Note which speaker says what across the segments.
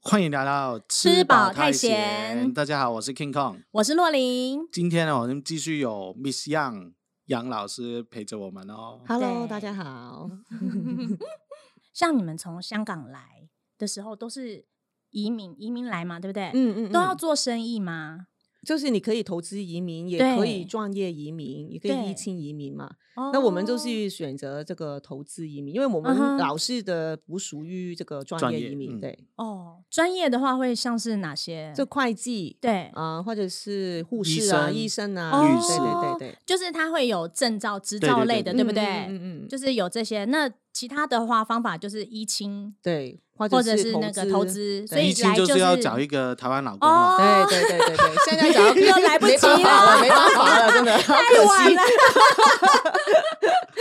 Speaker 1: 欢迎来到
Speaker 2: 吃饱太
Speaker 1: 闲。
Speaker 2: 闲
Speaker 1: 大家好，我是 King Kong。
Speaker 2: 我是洛琳。
Speaker 1: 今天呢，我们继续有 Miss Yang 杨老师陪着我们哦。
Speaker 3: Hello，
Speaker 2: 对
Speaker 3: 大家好。
Speaker 2: 嗯像你们从香港来的时候，都是移民移民来嘛，对不对？
Speaker 3: 嗯嗯
Speaker 2: 都要
Speaker 3: 嗯
Speaker 2: 做生意吗？
Speaker 3: 就是你可以投资移民，也
Speaker 2: 对
Speaker 3: 可以创业移民，也可以
Speaker 2: 对
Speaker 3: 疫情移民嘛。
Speaker 2: 那
Speaker 3: 那我
Speaker 2: 哦
Speaker 3: 们就是选择这个投资移民，因为我
Speaker 2: 嗯哼
Speaker 3: 们老式的不属于这个专
Speaker 1: 专
Speaker 3: 业
Speaker 1: 业
Speaker 3: 移民，
Speaker 1: 嗯
Speaker 3: 对，
Speaker 2: 哦，专业的话会像是哪些？
Speaker 3: 就会计
Speaker 2: 对，
Speaker 3: 啊，或者是护
Speaker 1: 医
Speaker 3: 士啊、
Speaker 1: 生
Speaker 3: 医生啊，
Speaker 2: 哦
Speaker 3: 对对对对，
Speaker 2: 就是他会有证照、执
Speaker 1: 对
Speaker 2: 照
Speaker 1: 对对
Speaker 2: 类的，
Speaker 1: 对
Speaker 2: 对不对？
Speaker 3: 嗯嗯嗯，
Speaker 2: 就是有这些。那其他的话方法就是一清
Speaker 3: 对，或
Speaker 2: 或者
Speaker 3: 者
Speaker 2: 是那个投。资，所以
Speaker 1: 疫情
Speaker 2: 来
Speaker 1: 就是
Speaker 2: 是
Speaker 1: 要 找一个台湾老公嘛。
Speaker 2: 哦
Speaker 3: 对对对对对，现在 找
Speaker 2: 又来不及
Speaker 3: 没办法
Speaker 2: 了
Speaker 3: 了，没办法了，真的 好
Speaker 2: 太
Speaker 3: 可
Speaker 2: 晚
Speaker 3: 惜
Speaker 2: 了。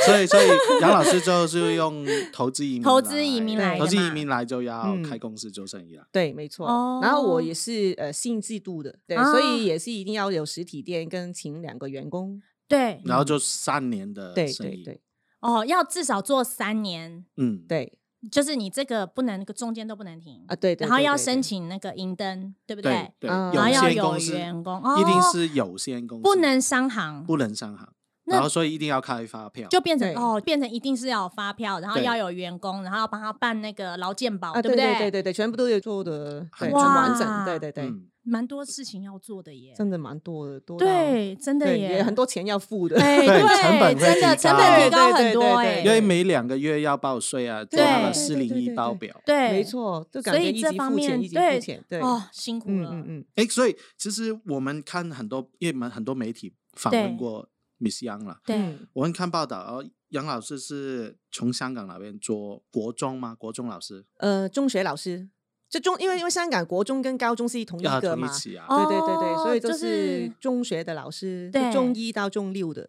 Speaker 1: 所以， 所以杨老师就是用投资移民来，
Speaker 2: 投资移民
Speaker 3: 来的
Speaker 1: 投资移
Speaker 2: 嘛
Speaker 1: 民来就要
Speaker 3: 嗯
Speaker 1: 开公司做生意了。
Speaker 3: 对，没错。
Speaker 2: 哦
Speaker 3: 然后我也是呃信制度的，对，所
Speaker 2: 啊
Speaker 3: 以也是一定要有实体店跟请两个员工。
Speaker 2: 对，
Speaker 1: 然后就三年
Speaker 2: 呃
Speaker 1: 的
Speaker 3: 对
Speaker 1: 生
Speaker 3: 对
Speaker 1: 意，
Speaker 3: 对
Speaker 2: 哦，要至少做三年，
Speaker 1: 嗯，
Speaker 3: 对
Speaker 2: 就是你这个不能中间都不能停
Speaker 3: 啊，对对。
Speaker 2: 然后
Speaker 3: 对
Speaker 2: 要
Speaker 3: 对
Speaker 2: 申
Speaker 3: 对
Speaker 2: 请那个银灯，对不
Speaker 1: 对对，
Speaker 3: 嗯
Speaker 1: 有
Speaker 2: 然后要
Speaker 1: 限
Speaker 2: 有
Speaker 1: 公司
Speaker 2: 员工，
Speaker 1: 一定
Speaker 2: 哦
Speaker 1: 是有限公司，
Speaker 2: 不能商行，
Speaker 1: 不能上行，
Speaker 2: 那
Speaker 1: 然后所以一定要开发票，
Speaker 2: 就变成
Speaker 3: 对
Speaker 2: 哦，变成一定是要有发票，然后
Speaker 1: 对
Speaker 2: 要有员工，然后要帮他办那个劳健保，
Speaker 3: 啊，对
Speaker 2: 不
Speaker 3: 对对对对，全部都有做的，对，
Speaker 1: 很
Speaker 3: 很
Speaker 1: 专业
Speaker 3: 完整，对对对，
Speaker 1: 嗯，
Speaker 2: 蛮多事情要做的耶，
Speaker 3: 真的蛮多的，多到
Speaker 2: 对，真的
Speaker 3: 对
Speaker 2: 耶，
Speaker 3: 也很多钱要付的。
Speaker 2: 哎，
Speaker 1: 对成本会
Speaker 2: 真的
Speaker 1: 提
Speaker 2: 成本提
Speaker 3: 高
Speaker 2: 高
Speaker 3: 对对
Speaker 2: 很多
Speaker 3: 对
Speaker 2: 哎
Speaker 3: 对
Speaker 1: 因，为
Speaker 3: 对
Speaker 1: 每两个月要报税啊，做那个
Speaker 2: 对
Speaker 1: 四
Speaker 3: 对对
Speaker 1: 零
Speaker 3: 对
Speaker 1: 一
Speaker 3: 对
Speaker 1: 报
Speaker 3: 对
Speaker 1: 表。
Speaker 2: 对，
Speaker 3: 没，错，就感
Speaker 2: 所
Speaker 3: 觉
Speaker 2: 以
Speaker 3: 一
Speaker 2: 这
Speaker 3: 级
Speaker 2: 方
Speaker 3: 付钱，
Speaker 2: 面
Speaker 3: 一级
Speaker 2: 对
Speaker 3: 付钱，对，
Speaker 2: 哦，辛苦
Speaker 3: 嗯
Speaker 2: 了，
Speaker 3: 嗯嗯，
Speaker 1: 哎，所以其实我们看很多，因为我们很多媒体访问
Speaker 2: 对
Speaker 1: 过 Miss Yang 啦，
Speaker 2: 对，
Speaker 3: 嗯
Speaker 1: 我们看报道，然后杨老师是从香港那边做国中吗？国中老师
Speaker 3: 呃，中学老师，就中，因为因为香港国中跟高中是同一
Speaker 1: 要
Speaker 3: 个
Speaker 1: 同一
Speaker 3: 嘛，
Speaker 1: 起
Speaker 2: 哦
Speaker 1: 啊，
Speaker 3: 对对对对，所以
Speaker 2: 就
Speaker 3: 就是中学的老师，
Speaker 2: 对
Speaker 3: 就中一到中六的，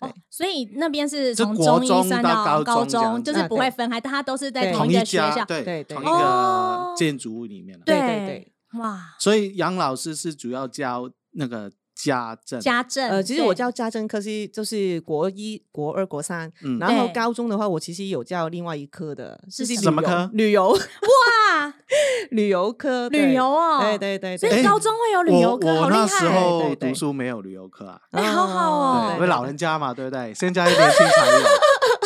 Speaker 2: 哦
Speaker 3: 对，
Speaker 2: 所以那边是
Speaker 1: 就
Speaker 2: 从
Speaker 1: 国
Speaker 2: 中
Speaker 1: 中
Speaker 2: 医算
Speaker 1: 到高
Speaker 2: 高
Speaker 1: 中这样
Speaker 2: 中，就是
Speaker 3: 啊
Speaker 2: 不
Speaker 3: 对
Speaker 2: 会分开，大家都是在
Speaker 3: 对
Speaker 2: 同一
Speaker 1: 一
Speaker 2: 个学
Speaker 1: 家，
Speaker 2: 校，
Speaker 1: 对，
Speaker 3: 对对
Speaker 1: 同一
Speaker 3: 对
Speaker 1: 个
Speaker 2: 哦
Speaker 1: 建筑物里面啊。
Speaker 3: 对
Speaker 2: 对哇，
Speaker 1: 所以杨老师是主要教那个家政，
Speaker 2: 家政，
Speaker 3: 呃，其实我
Speaker 2: 嗯对
Speaker 3: 教家政科是就是国一、国二、国三，
Speaker 1: 嗯，
Speaker 3: 然后
Speaker 2: 对
Speaker 3: 高中的话，我其实有教另外一科的，
Speaker 2: 是
Speaker 3: 就
Speaker 2: 什
Speaker 1: 么
Speaker 3: 旅游
Speaker 1: 科
Speaker 3: 旅游
Speaker 2: 哇，
Speaker 3: 旅游科，对
Speaker 2: 旅游哦，
Speaker 3: 对对对
Speaker 2: 所
Speaker 3: 对，
Speaker 2: 以
Speaker 1: 哎
Speaker 2: 高中会有旅游
Speaker 1: 我
Speaker 2: 课，好
Speaker 1: 我
Speaker 2: 厉
Speaker 1: 那时
Speaker 2: 害！欸
Speaker 1: 候
Speaker 3: 对对
Speaker 1: 读书没有旅游课啊，
Speaker 2: 哎好好哦
Speaker 1: 对，
Speaker 2: 对
Speaker 1: 因为老人家嘛，对不对？现在年轻才 有，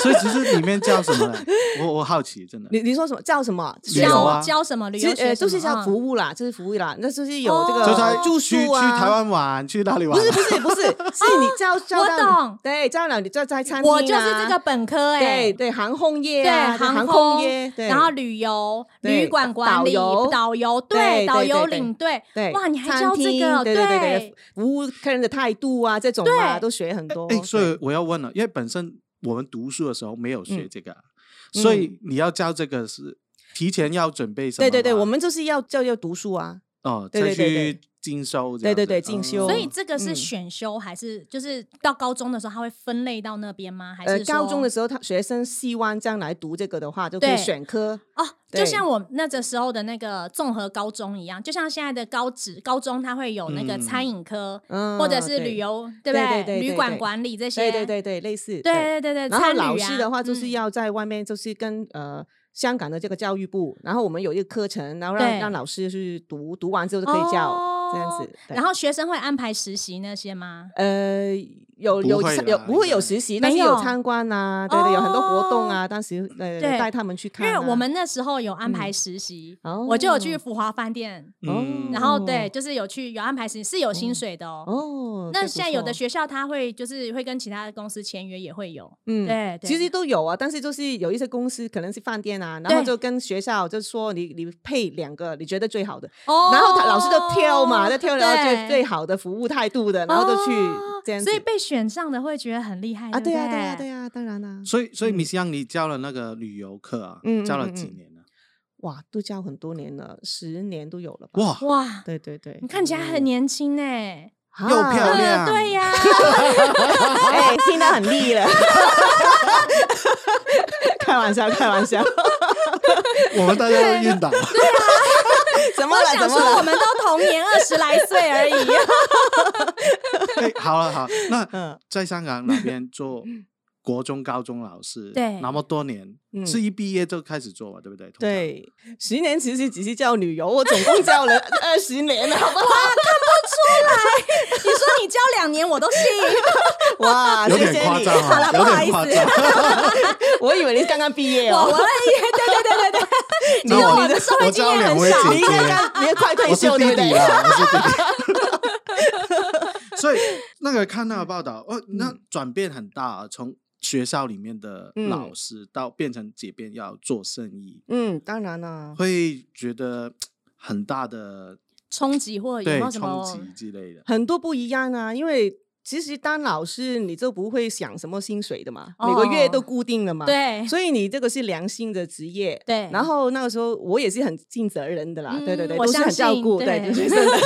Speaker 1: 所以只是里面叫什么呢？我我好奇，真的。
Speaker 3: 你你说什么叫什么？
Speaker 1: 旅游啊
Speaker 2: 教教什么旅
Speaker 3: 其
Speaker 2: 游
Speaker 3: 实
Speaker 2: 学什么？
Speaker 3: 呃，就是
Speaker 2: 嗯
Speaker 3: 像服务啦，就是服务啦，那就是有这
Speaker 2: 哦
Speaker 1: 就
Speaker 2: 呃
Speaker 1: 他
Speaker 3: 个住
Speaker 1: 住去去
Speaker 3: 宿啊，
Speaker 1: 台湾玩，去哪里玩
Speaker 3: 不
Speaker 1: 啊？
Speaker 3: 是不是不 是，是你教教
Speaker 2: 我
Speaker 3: 到
Speaker 2: 懂
Speaker 3: 对教了你就在餐厅啊，
Speaker 2: 我就是这个本科哎
Speaker 3: 对，对航空业
Speaker 2: 对
Speaker 3: 啊，对
Speaker 2: 航
Speaker 3: 空业，对
Speaker 2: 然后旅游、
Speaker 3: 对
Speaker 2: 旅馆管理、
Speaker 3: 导游
Speaker 2: 导游对
Speaker 3: 对
Speaker 2: 导
Speaker 3: 对
Speaker 2: 游
Speaker 3: 对对
Speaker 2: 领队，
Speaker 3: 对，
Speaker 2: 哇，你还
Speaker 3: 餐
Speaker 2: 教这个？
Speaker 3: 厅对对对，服务客人的态度啊，这种啊
Speaker 2: 对
Speaker 3: 都学很多。
Speaker 1: 哎，所以
Speaker 3: 对
Speaker 1: 我要问了，因为本身我们读书的时候没有学
Speaker 3: 嗯
Speaker 1: 这个啊，所以你要教这个是提前要准备什么吗？
Speaker 3: 对对对，我们就是要就要读书啊，
Speaker 1: 哦
Speaker 3: 对
Speaker 1: 再
Speaker 3: 对对
Speaker 1: 去进修这
Speaker 3: 对
Speaker 1: 样子，
Speaker 3: 对对进修
Speaker 2: 所以这个是
Speaker 3: 嗯
Speaker 2: 选修还是就是到高中的时候，他会分类到那边吗？还
Speaker 3: 呃
Speaker 2: 是，
Speaker 3: 高中的
Speaker 2: 时
Speaker 3: 时候，他学生希望将来读这个的话，就可以
Speaker 2: 对
Speaker 3: 选科。
Speaker 2: 候哦，就
Speaker 3: 对
Speaker 2: 像我那个时候的那个综合高中一样，就像现在的高职高中，它会有那个
Speaker 1: 嗯
Speaker 2: 餐饮科、
Speaker 3: 嗯，
Speaker 2: 或者是
Speaker 3: 对
Speaker 2: 旅，游，对不
Speaker 3: 对对对
Speaker 2: 旅
Speaker 3: 对
Speaker 2: 馆
Speaker 3: 对
Speaker 2: 管理这些，
Speaker 3: 对对对对，类似。
Speaker 2: 对对对对
Speaker 3: 然后
Speaker 2: 餐旅
Speaker 3: 老师的
Speaker 2: 啊
Speaker 3: 话，就是
Speaker 2: 嗯
Speaker 3: 要在外面，就是跟呃香港的这个教育部，然后我们有一个课程，然后让
Speaker 2: 对
Speaker 3: 让老师去读，读完之后就可以教这样
Speaker 2: 哦
Speaker 3: 子。对
Speaker 2: 然后学生会安排实习那些吗？
Speaker 3: 呃，有
Speaker 1: 不
Speaker 3: 有
Speaker 1: 会
Speaker 3: 有
Speaker 1: 啦
Speaker 3: 不会
Speaker 1: 应该
Speaker 3: 有实习，但是
Speaker 2: 没有哦
Speaker 3: 有参观啊，对对，有很多活动啊，当时呃
Speaker 2: 对
Speaker 3: 带他们去
Speaker 2: 因
Speaker 3: 看啊，
Speaker 2: 为我们那时候有安排实习，
Speaker 3: 哦
Speaker 2: 我就有去福华饭店，
Speaker 1: 嗯
Speaker 2: 然后对，就是有去有安排实习，是有薪水的哦。
Speaker 3: 哦，
Speaker 2: 那
Speaker 3: 这不
Speaker 2: 现在有的
Speaker 3: 错
Speaker 2: 学校他会就是会跟其他的公司签约，也会有，
Speaker 3: 嗯
Speaker 2: 对，对
Speaker 3: 其实都有啊，但是就是有一些公司可能是饭店啊，然后
Speaker 2: 对
Speaker 3: 就跟学校就说你你配两个你觉得最好的，
Speaker 2: 哦
Speaker 3: 然后他老师就挑嘛，就挑到最
Speaker 2: 对
Speaker 3: 最好的服务态度的，然后就去
Speaker 2: 哦
Speaker 3: 这样子
Speaker 2: 所以被选上的会觉得很厉害
Speaker 3: 啊，
Speaker 2: 对
Speaker 3: 对
Speaker 2: 不
Speaker 3: 啊对啊对啊，当然啦，
Speaker 1: 所以所以
Speaker 3: 嗯
Speaker 1: Miss Yang 你教了那个旅游课啊，
Speaker 3: 嗯嗯
Speaker 1: 教了
Speaker 3: 嗯
Speaker 1: 几
Speaker 3: 嗯
Speaker 1: 年了？
Speaker 3: 哇，都教很多年了，十年都有了吧？，
Speaker 1: 哇，
Speaker 2: 哇，
Speaker 3: 对对对，
Speaker 2: 你看起来很年轻哎，
Speaker 3: 又
Speaker 1: 又漂亮
Speaker 2: 呃对 呀，
Speaker 3: 哎，听得很腻了。 开玩笑，开玩笑，
Speaker 1: 我们大家都晕倒。
Speaker 3: 怎么
Speaker 2: 我
Speaker 3: 了？
Speaker 2: 想
Speaker 3: 怎么
Speaker 2: 说我
Speaker 3: 了？
Speaker 2: 们都同年二十来岁而已，
Speaker 1: 哎，好了好，那
Speaker 3: 嗯，
Speaker 1: 在香港那边做国中、高中老师，
Speaker 2: 对
Speaker 1: 那么多年，
Speaker 3: 嗯
Speaker 1: 是一毕业就开始做嘛，对不对？通常，
Speaker 3: 对，十年其实只是叫旅游，我总共叫了二十年了，好不
Speaker 2: 你说你教两年我都 信，
Speaker 3: 好？哇，
Speaker 1: 有
Speaker 3: 谢
Speaker 1: 点
Speaker 3: 谢
Speaker 1: 夸
Speaker 3: 你
Speaker 1: 张，
Speaker 2: 好
Speaker 1: 啊，
Speaker 2: 啦
Speaker 1: 有
Speaker 2: 不好意
Speaker 1: 点
Speaker 2: 思
Speaker 1: 夸张。
Speaker 3: 我以为你刚刚毕业
Speaker 2: 我我
Speaker 3: 哦，
Speaker 2: 的也对对对对对，
Speaker 3: 你
Speaker 2: 只有
Speaker 1: 那
Speaker 2: 我的社会
Speaker 1: 我
Speaker 2: 经
Speaker 1: 知道
Speaker 2: 验
Speaker 1: 两
Speaker 2: 很
Speaker 1: 位
Speaker 2: 少。
Speaker 1: 姐
Speaker 3: 你应该刚，你也快退
Speaker 1: 我是
Speaker 3: 休，对
Speaker 1: 弟
Speaker 3: 不
Speaker 1: 弟
Speaker 3: 对？
Speaker 1: 啦，我是弟 弟。所以那个看那个报道，哦，那转变很大啊，从学校里面的
Speaker 3: 嗯
Speaker 1: 老师到变成姐变要做生意，
Speaker 3: 嗯，当然啦，
Speaker 1: 会觉得很大的
Speaker 2: 冲击或有没
Speaker 1: 对
Speaker 2: 有什
Speaker 1: 冲
Speaker 2: 么？
Speaker 1: 击之类的。
Speaker 3: 很多不一样啊，因为。其实当老师你就不会想什么薪水的嘛，每个月
Speaker 2: 哦
Speaker 3: 都固定的嘛。
Speaker 2: 对
Speaker 3: 所以你这个是良心的职业。
Speaker 2: 对
Speaker 3: 然后那个时候我也是很尽责任的啦，对对
Speaker 2: 哎嗯
Speaker 3: 对，
Speaker 2: 我
Speaker 3: 都是很
Speaker 2: 相
Speaker 3: 照
Speaker 2: 信
Speaker 3: 顾，
Speaker 2: 对
Speaker 3: 对对对，真的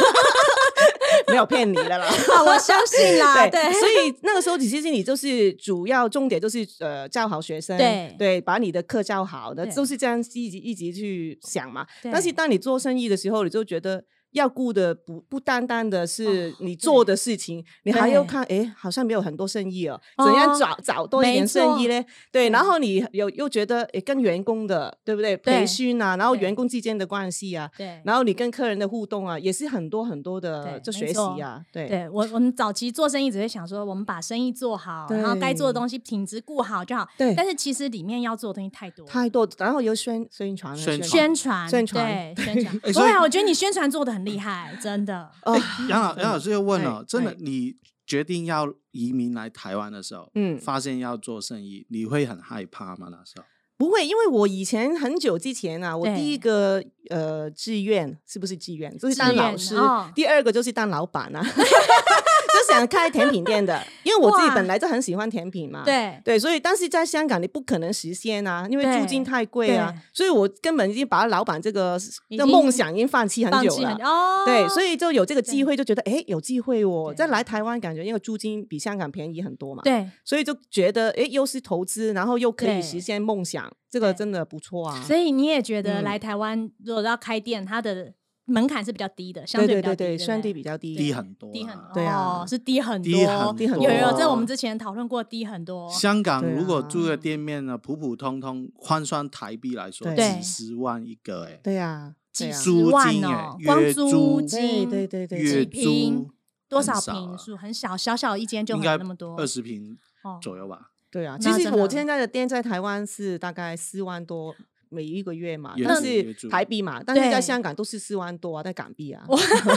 Speaker 3: 没有骗你 的啦。
Speaker 2: 啊，我相信 啦，啊对，
Speaker 3: 所以那个时候其实你就是主要重点就是呃教好学生，
Speaker 2: 对
Speaker 3: 把你的课教好的，
Speaker 2: 对
Speaker 3: 就是这样一直一直去想嘛。
Speaker 2: 对
Speaker 3: 但是当你做生意的时候，你就觉得。要顾的不不单单的是
Speaker 2: 哦
Speaker 3: 你做的事情，你还要
Speaker 2: 对
Speaker 3: 看，哎，好像没有很多生意哦，
Speaker 2: 哦
Speaker 3: 怎样找、找多一
Speaker 2: 没
Speaker 3: 点生
Speaker 2: 错
Speaker 3: 意嘞？对，
Speaker 2: 对
Speaker 3: 然后你有又觉得，哎，跟员工的对不对？
Speaker 2: 对
Speaker 3: 培训啊，然后
Speaker 2: 对
Speaker 3: 员工之间的关系啊，
Speaker 2: 对，
Speaker 3: 然后你跟客人的互动啊，也是很多很多的，
Speaker 2: 对
Speaker 3: 就
Speaker 2: 没
Speaker 3: 学习
Speaker 2: 错
Speaker 3: 啊，对
Speaker 2: 对我我们早期做生意只会想说，我们把生意做好，然后该做的东西品质顾好就好。
Speaker 3: 对
Speaker 2: 但是其实里面要做的东西太多了，
Speaker 3: 太多，然后有宣宣传啊，
Speaker 1: 宣
Speaker 2: 宣传、
Speaker 3: 宣传
Speaker 2: 对宣传。
Speaker 1: 哎
Speaker 2: 不
Speaker 1: 所以
Speaker 2: 会啊，我觉得你宣传做的很厉害，真的。
Speaker 3: 哦，
Speaker 1: 杨老杨老师又问了，
Speaker 3: 对
Speaker 1: 真的
Speaker 3: 对
Speaker 1: 你决定要移民来台湾的时候，
Speaker 3: 嗯
Speaker 1: 发现要做生意，你会很害怕吗？那时候？
Speaker 3: 不会，因为我以前很久之前啊，我
Speaker 2: 对
Speaker 3: 第一个呃志愿是不是志愿？就是
Speaker 2: 志
Speaker 3: 当老
Speaker 2: 愿
Speaker 3: 师，
Speaker 2: 哦
Speaker 3: 第二个就是当老板啊， 就想开甜品店的，因为我自己
Speaker 2: 哇
Speaker 3: 本来就很喜欢甜品嘛，。
Speaker 2: 对
Speaker 3: 对，所以但是在香港你不可能实现啊，因为
Speaker 2: 对
Speaker 3: 租金太贵啊
Speaker 2: 对，
Speaker 3: 所以我根本已经把老板这个
Speaker 2: 已
Speaker 3: 这个
Speaker 2: 经
Speaker 3: 梦想已经放弃很
Speaker 2: 放
Speaker 3: 久
Speaker 2: 弃
Speaker 3: 了
Speaker 2: 很。哦，
Speaker 3: 对，所以就有这个
Speaker 2: 对
Speaker 3: 机会，就觉得诶有机会哦，
Speaker 2: 对
Speaker 3: 再来台湾感觉因为租金比香港便宜很多嘛，
Speaker 2: 对，
Speaker 3: 所以就觉得诶又是投资，然后又可
Speaker 2: 对
Speaker 3: 以实现梦想，这个
Speaker 2: 对
Speaker 3: 真的不错啊。
Speaker 2: 所以你也觉得
Speaker 3: 嗯
Speaker 2: 来台湾如果要开店，它的门槛是比较低的，相
Speaker 3: 对
Speaker 2: 对比
Speaker 3: 对
Speaker 2: 较
Speaker 3: 对
Speaker 2: 低，
Speaker 3: 对，
Speaker 2: 不
Speaker 3: 相对比较低。
Speaker 1: 低很多、啊，
Speaker 2: 低很多，
Speaker 3: 对啊
Speaker 2: 哦是低很多，
Speaker 1: 低很
Speaker 3: 低很
Speaker 2: 有有，
Speaker 3: 多
Speaker 2: 这我们之前讨论过，低很多，
Speaker 1: 香港
Speaker 3: 对
Speaker 1: 如果
Speaker 3: 啊
Speaker 1: 住个店面呢，普普通通换算台币来说，
Speaker 3: 对
Speaker 1: 几十万一个哎、
Speaker 3: 对呀，对
Speaker 2: 几
Speaker 3: 呀
Speaker 2: 十
Speaker 1: 租
Speaker 2: 万
Speaker 1: 金
Speaker 2: 哦
Speaker 1: 哎，
Speaker 2: 光
Speaker 1: 月
Speaker 2: 租
Speaker 1: 租
Speaker 2: 金，
Speaker 3: 对对对对
Speaker 1: 月
Speaker 2: 几平
Speaker 1: 租
Speaker 2: 多少
Speaker 1: 很少啊
Speaker 2: 平数？很小，小小一间就
Speaker 1: 应
Speaker 2: 很
Speaker 1: 该
Speaker 2: 那么多，
Speaker 1: 二十平
Speaker 2: 哦
Speaker 1: 左右吧，
Speaker 3: 对呀。其
Speaker 2: 那
Speaker 3: 实
Speaker 2: 真
Speaker 3: 我
Speaker 2: 的
Speaker 3: 现在的店在台湾是大概四万多。每一个月嘛，
Speaker 1: 也
Speaker 3: 但
Speaker 1: 是
Speaker 3: 是
Speaker 1: 也住
Speaker 3: 台币嘛，但是在
Speaker 2: 对
Speaker 3: 香港都是四万多啊，在港币啊，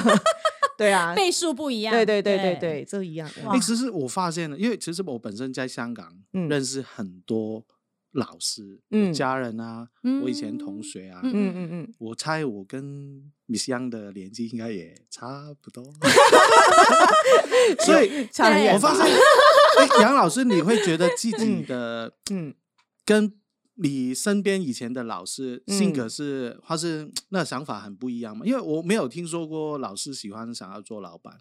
Speaker 3: 对啊，
Speaker 2: 倍数不一样。
Speaker 3: 对对对对对，这一样的。
Speaker 2: 哇
Speaker 1: 哎、其实我发现了，因为其实我本身在香港
Speaker 3: 嗯
Speaker 1: 认识很多老师、
Speaker 3: 嗯
Speaker 1: 我家人啊，
Speaker 2: 嗯
Speaker 1: 我以前同学啊，
Speaker 2: 嗯
Speaker 3: 嗯嗯嗯，
Speaker 1: 我猜我跟 Miss Yang 的年纪应该也差不 多，所以
Speaker 3: 差很
Speaker 2: 对
Speaker 3: 远吧。
Speaker 1: 我发现，哎杨老师，你会觉得自己
Speaker 3: 嗯
Speaker 1: 的
Speaker 3: 嗯，
Speaker 1: 跟你身边以前的老师
Speaker 3: 嗯
Speaker 1: 性格是，或是那想法很不一样嘛？因为我没有听说过老师喜欢想要做老板。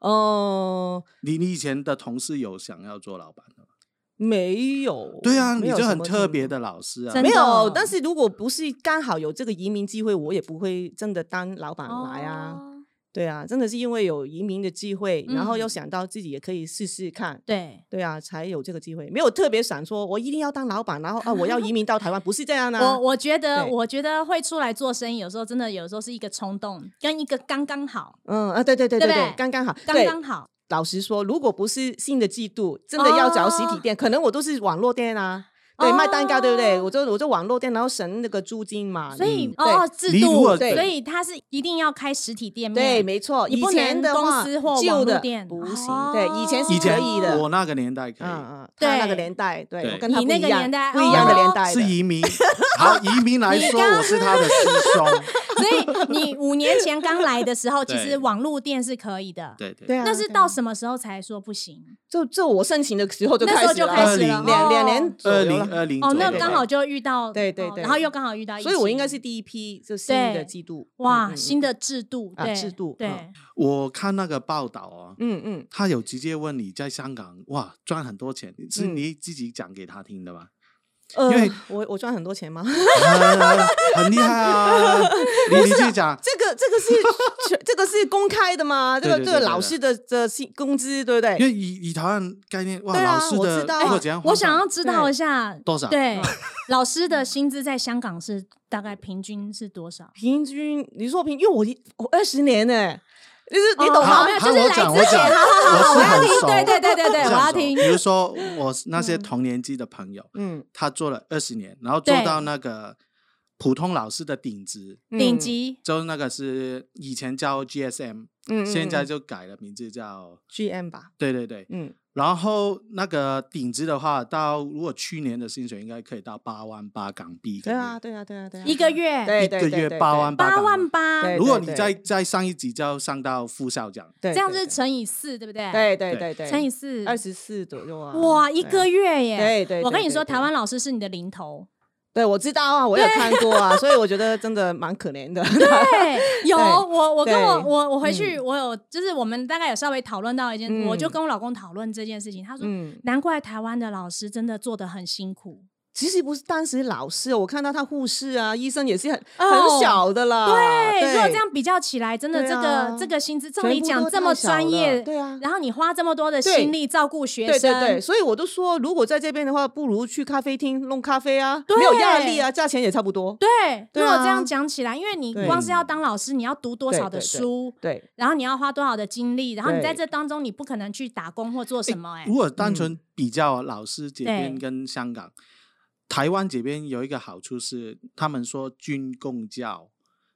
Speaker 3: 哦、
Speaker 1: 你你以前的同事有想要做老板的吗？
Speaker 3: 没有，
Speaker 1: 对啊，
Speaker 3: 没
Speaker 1: 你
Speaker 3: 有
Speaker 1: 就
Speaker 3: 什
Speaker 1: 很
Speaker 3: 么
Speaker 1: 特
Speaker 3: 经
Speaker 1: 别
Speaker 3: 历
Speaker 1: 的老师啊
Speaker 2: 真。
Speaker 3: 没
Speaker 2: 的
Speaker 3: 有
Speaker 2: 哦，
Speaker 3: 但是如果不是刚好有这个移民机会，我也不会真的当老板来啊。
Speaker 2: 哦
Speaker 3: 对啊，真的是因为有移民的机会，然后又
Speaker 2: 嗯
Speaker 3: 想到自己也可以试试看。
Speaker 2: 对，
Speaker 3: 对啊，才有这个机会，没有特别想说我一定要当老板，然后啊我要移民到台湾，不是这样啊
Speaker 2: 我。我觉得
Speaker 3: 对
Speaker 2: 我觉得会出来做生意，有时候真的有时候是一个冲动，跟一个刚刚好，
Speaker 3: 嗯啊，对对对
Speaker 2: 对不
Speaker 3: 对
Speaker 2: 对，
Speaker 3: 刚刚好。
Speaker 2: 刚
Speaker 3: 对，
Speaker 2: 刚好。
Speaker 3: 老实说，如果不是新的季度，真的要找实体店，可能我都是网络店啊。对，卖蛋糕对不对？
Speaker 2: 哦
Speaker 3: 我就我就网络店，然后省那个租金嘛。
Speaker 2: 所以
Speaker 3: 对啊
Speaker 2: 哦，制
Speaker 1: 你如
Speaker 2: 度，
Speaker 1: 果
Speaker 3: 对
Speaker 2: 所以它是一定要开实体店面，
Speaker 3: 对，没错，
Speaker 2: 嗯你
Speaker 3: 以
Speaker 2: 不
Speaker 3: 前
Speaker 2: 能
Speaker 3: 的
Speaker 2: 公
Speaker 3: 话
Speaker 2: 司或网
Speaker 3: 旧
Speaker 2: 络
Speaker 3: 的
Speaker 2: 店哦
Speaker 3: 不行，对，以前
Speaker 1: 以
Speaker 3: 是可
Speaker 1: 前
Speaker 3: 以的。
Speaker 1: 我那个年代可以，
Speaker 3: 嗯嗯，他
Speaker 2: 对
Speaker 3: 那个年代，对
Speaker 1: 对
Speaker 3: 我跟他
Speaker 2: 你
Speaker 3: 不
Speaker 2: 那
Speaker 3: 一
Speaker 2: 个
Speaker 3: 样
Speaker 2: 年代
Speaker 3: 不一样的
Speaker 2: 哦
Speaker 3: 年代
Speaker 1: 是
Speaker 3: 的
Speaker 1: 移民。 好，移民来
Speaker 2: 你
Speaker 1: 说，
Speaker 2: 刚
Speaker 1: 我是他的师 兄。
Speaker 2: 所 以你五年前刚来的时候，其
Speaker 1: 对
Speaker 2: 实网络店是可以的，
Speaker 1: 对对
Speaker 3: 对啊，嗯
Speaker 2: 那是
Speaker 3: 对啊
Speaker 2: 到什么时候才说不行？
Speaker 3: 就就我申请的时候就
Speaker 2: 那时
Speaker 3: 开
Speaker 2: 候
Speaker 3: 始
Speaker 2: 就开
Speaker 3: 了，
Speaker 2: 始了，
Speaker 1: 20
Speaker 3: 两两年
Speaker 2: 哦
Speaker 3: 左
Speaker 1: 二
Speaker 3: 右
Speaker 1: 零
Speaker 3: 了，
Speaker 1: 二零
Speaker 2: 哦，那
Speaker 3: 左右
Speaker 2: 刚好就遇到，
Speaker 3: 对对
Speaker 2: 哦
Speaker 3: 对
Speaker 2: 然后又刚好遇到疫情，
Speaker 3: 所以我应该是第一批就新的季度，
Speaker 2: 哇
Speaker 3: 嗯
Speaker 2: 新，的制度，
Speaker 3: 啊
Speaker 2: 对
Speaker 3: 制度
Speaker 2: 对
Speaker 3: 嗯
Speaker 1: 我看那个报道哦，
Speaker 3: 嗯嗯嗯，
Speaker 1: 他有直接问你在香港哇赚很多钱，是
Speaker 3: 嗯
Speaker 1: 你自己讲给他听的吗？
Speaker 3: 呃
Speaker 1: 因为
Speaker 3: 我我赚很多钱吗？
Speaker 1: 啊很厉害啊！你你自己 讲，
Speaker 3: 这个这个是全这个是公开的吗？这个
Speaker 1: 对对
Speaker 3: 这
Speaker 1: 对
Speaker 3: 个
Speaker 1: 对
Speaker 3: 老
Speaker 1: 对
Speaker 3: 师的的薪工资对不
Speaker 1: 因
Speaker 3: 对？
Speaker 1: 为以以台湾概念，哇，
Speaker 3: 对啊
Speaker 1: 老师
Speaker 3: 我
Speaker 1: 的
Speaker 3: 知道
Speaker 1: 如果
Speaker 3: 哎
Speaker 1: 怎样换算，
Speaker 2: 我想要知道一下
Speaker 1: 多少
Speaker 3: 嗯
Speaker 2: 对，老师的薪资在香港是大概平均是多 少？
Speaker 3: 平均你说平，因为我一我二十年呢、就是你懂
Speaker 1: 好
Speaker 3: 吗？
Speaker 2: 没有，
Speaker 1: 好
Speaker 2: 就是
Speaker 1: 我
Speaker 2: 来
Speaker 1: 讲
Speaker 2: 之
Speaker 1: 我
Speaker 2: 前，
Speaker 1: 讲
Speaker 2: 好 好好，
Speaker 1: 我
Speaker 2: 我
Speaker 1: 是
Speaker 2: 要
Speaker 1: 很
Speaker 2: 听，
Speaker 1: 熟
Speaker 2: 对对对对对，
Speaker 1: 这
Speaker 2: 我
Speaker 1: 样
Speaker 2: 要
Speaker 1: 子
Speaker 2: 听
Speaker 1: 比，如说我那些
Speaker 3: 嗯
Speaker 1: 同年纪的朋友，
Speaker 3: 嗯，
Speaker 1: 他做了二十年，然后做
Speaker 2: 对
Speaker 1: 到那个普通老师的顶值，
Speaker 3: 嗯
Speaker 2: 顶，级
Speaker 1: 就是那个是以前叫 GSM，
Speaker 3: 嗯，嗯
Speaker 1: 现在
Speaker 3: 嗯
Speaker 1: 就改了名字叫，
Speaker 3: GM 吧，
Speaker 1: 对对对。
Speaker 3: 嗯，
Speaker 1: 然后那个顶值的话，到如果去年的薪水应该可以到八万八港币一个
Speaker 3: 对
Speaker 1: 月，
Speaker 3: 啊，对啊，对啊，对啊，
Speaker 2: 一个月
Speaker 3: 对
Speaker 1: 一个月八万八
Speaker 2: 八
Speaker 1: 港
Speaker 2: 万
Speaker 1: 币。
Speaker 2: 八，
Speaker 3: 对
Speaker 1: 如果你在在上一集就要上到副校长，
Speaker 3: 对，
Speaker 2: 这样是乘以四，对不对？，
Speaker 3: 对对对对，
Speaker 2: 乘以四，
Speaker 3: 二十四左右啊，
Speaker 2: 哇，一
Speaker 3: 对啊
Speaker 2: 个月耶！
Speaker 3: 对对
Speaker 2: 我跟
Speaker 3: 对
Speaker 2: 你
Speaker 3: 对
Speaker 2: 说，
Speaker 3: 对
Speaker 2: 台湾老师是你的零 头，
Speaker 3: 对，我知道啊，我有看过啊，所以我觉得真的蛮可怜的。
Speaker 2: 对，有
Speaker 3: 对
Speaker 2: 我，我跟我
Speaker 3: 对嗯
Speaker 2: 我我回去，我有就是我们大概有稍微讨论到一件，我就跟我老公讨论这件事情，他说。
Speaker 3: 嗯，
Speaker 2: 难怪台湾的老师真的做的很辛苦，
Speaker 3: 其实不是当时老师，哦我看到他护士啊、医生也是很、
Speaker 2: 哦
Speaker 3: 很小的啦。
Speaker 2: 对，
Speaker 3: 对，
Speaker 2: 如果这样比较起来，真的
Speaker 3: 对
Speaker 2: 这个、
Speaker 3: 啊
Speaker 2: 这个薪资，照
Speaker 3: 全
Speaker 2: 你
Speaker 3: 部
Speaker 2: 讲
Speaker 3: 都
Speaker 2: 这么
Speaker 3: 太少
Speaker 2: 专
Speaker 3: 了
Speaker 2: 业，
Speaker 3: 对啊
Speaker 2: 然后你花这么多的
Speaker 3: 对
Speaker 2: 心力照顾学
Speaker 3: 对
Speaker 2: 生，
Speaker 3: 对对，所以我都说，如果在这边的话，不如去咖啡厅弄咖啡啊，没有压力啊，价钱也差不多。
Speaker 2: 对
Speaker 3: 对
Speaker 2: 如果
Speaker 3: 啊
Speaker 2: 这样讲起来，因为你
Speaker 3: 对嗯
Speaker 2: 光是要当老师，你要读多
Speaker 3: 对
Speaker 2: 少的
Speaker 3: 对对
Speaker 2: 书，
Speaker 3: 对，
Speaker 2: 然后你要花多少的精力，然后你在
Speaker 3: 对嗯
Speaker 2: 这当中你不可能去打工或做什么、欸，哎、
Speaker 1: 如果单纯比较老师这边
Speaker 2: 对
Speaker 1: 跟香港、台湾这边有一个好处是，他们说军共教，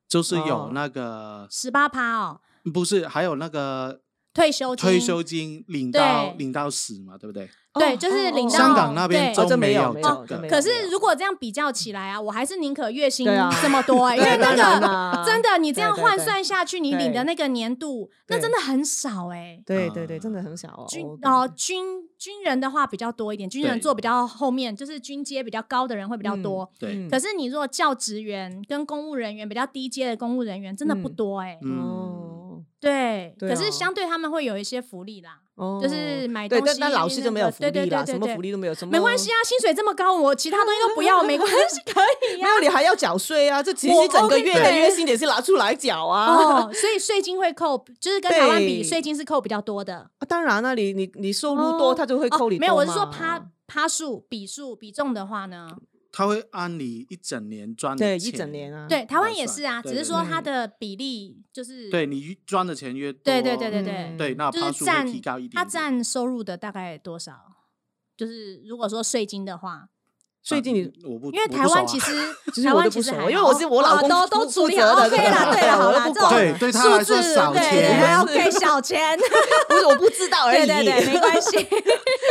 Speaker 1: 就是有
Speaker 3: 哦
Speaker 1: 那个、
Speaker 2: 十八趴哦，
Speaker 1: 不是还有那个
Speaker 2: 退休金，
Speaker 1: 退休金领到
Speaker 2: 对
Speaker 1: 领到死嘛，对不对？
Speaker 2: 对就是领到
Speaker 1: 香港那边
Speaker 2: 对
Speaker 1: 都
Speaker 3: 哦这没有
Speaker 1: 有
Speaker 3: 没
Speaker 1: 这
Speaker 3: 有
Speaker 1: 个，
Speaker 3: 这没有
Speaker 2: 可是如果这样比较起来啊，我还是宁可月薪
Speaker 3: 啊对啊
Speaker 2: 这么多、 欸，因为那
Speaker 3: 当然
Speaker 2: 个
Speaker 3: 啦
Speaker 2: 真的你这样
Speaker 3: 啊对对
Speaker 2: 换
Speaker 3: 对
Speaker 2: 算下去，你领的那个年度，那
Speaker 3: 对
Speaker 2: 真的很少哎、欸。
Speaker 3: 对对对，真的很小哦。
Speaker 2: 军
Speaker 3: 我
Speaker 2: 哦，军军人的话比较多一点，军人
Speaker 1: 对
Speaker 2: 做比较后面，就是军阶比较高的人会比较
Speaker 3: 嗯
Speaker 2: 多。
Speaker 1: 对，
Speaker 3: 嗯
Speaker 2: 可是你如果教职员跟公务人员比较低阶的公务人员，真的不
Speaker 3: 嗯
Speaker 2: 多哎、
Speaker 1: 嗯，
Speaker 3: 哦
Speaker 2: 对，
Speaker 3: 对
Speaker 2: 可是
Speaker 3: 啊
Speaker 2: 相对他们会有一些福利啦，
Speaker 3: 哦
Speaker 2: 就是买
Speaker 3: 对，
Speaker 2: 东
Speaker 3: 但
Speaker 2: 西
Speaker 3: 但老师就没有
Speaker 2: 那个
Speaker 3: 福利
Speaker 2: 对对
Speaker 3: 啦，
Speaker 2: 对对
Speaker 3: 什么
Speaker 2: 对
Speaker 3: 福利都没有，什么
Speaker 2: 没关系啊，薪水这么高，我其他东西都不 要，没关系，可以
Speaker 3: 没
Speaker 2: 呀、
Speaker 3: 有，你还要缴税啊！这其
Speaker 2: 我
Speaker 3: 实整个
Speaker 2: OK，
Speaker 3: 月的
Speaker 2: 对
Speaker 3: 月薪也是拿出来缴啊。
Speaker 2: 哦，所以税金会扣，就是跟台湾比，
Speaker 3: 对
Speaker 2: 税金是扣比较多的。
Speaker 3: 啊当然了，你你你收入
Speaker 2: 哦
Speaker 3: 多，他就会扣你
Speaker 2: 哦
Speaker 3: 多嘛。
Speaker 2: 没有，我是说趴趴数、比数、比重的话呢，
Speaker 3: 嗯
Speaker 1: 他会按你一整年赚的
Speaker 3: 对一
Speaker 1: 钱
Speaker 3: 整年啊。
Speaker 2: 对，台湾
Speaker 1: 来
Speaker 2: 也
Speaker 1: 算
Speaker 2: 是啊，
Speaker 1: 对
Speaker 2: 只是
Speaker 1: 对
Speaker 2: 说
Speaker 1: 对
Speaker 2: 它的比例就是
Speaker 1: 对你赚的钱越多，
Speaker 2: 对对对对对，
Speaker 3: 嗯
Speaker 1: 对，那
Speaker 2: 就
Speaker 1: 趴
Speaker 2: 是
Speaker 1: 数
Speaker 2: 占
Speaker 1: 会提高一点点，
Speaker 2: 它占收入的大概多少？就是如果说税金的话，
Speaker 3: 最近你
Speaker 1: 我不，
Speaker 2: 因为
Speaker 1: 我不
Speaker 2: 台湾
Speaker 1: 熟啊
Speaker 2: 其实
Speaker 3: 其实
Speaker 2: 哦台
Speaker 3: 我
Speaker 2: 湾
Speaker 3: 都
Speaker 2: 其
Speaker 3: 不
Speaker 2: 实
Speaker 3: 熟啊
Speaker 2: 还好，
Speaker 3: 因为我是我老公
Speaker 2: 啊都都
Speaker 3: 负
Speaker 2: 处理
Speaker 3: 负责
Speaker 2: 好
Speaker 3: 的
Speaker 2: OK 啦，
Speaker 3: 对
Speaker 2: 对啦，好
Speaker 3: 我都
Speaker 2: 啦，
Speaker 3: 不
Speaker 2: 这种
Speaker 3: 管
Speaker 1: 对对他来说
Speaker 2: 数字
Speaker 1: 少
Speaker 2: 对
Speaker 1: 钱
Speaker 2: 我要给小 钱，
Speaker 3: 不是我不知道而
Speaker 2: 对
Speaker 3: 已。
Speaker 2: 对对，没关系。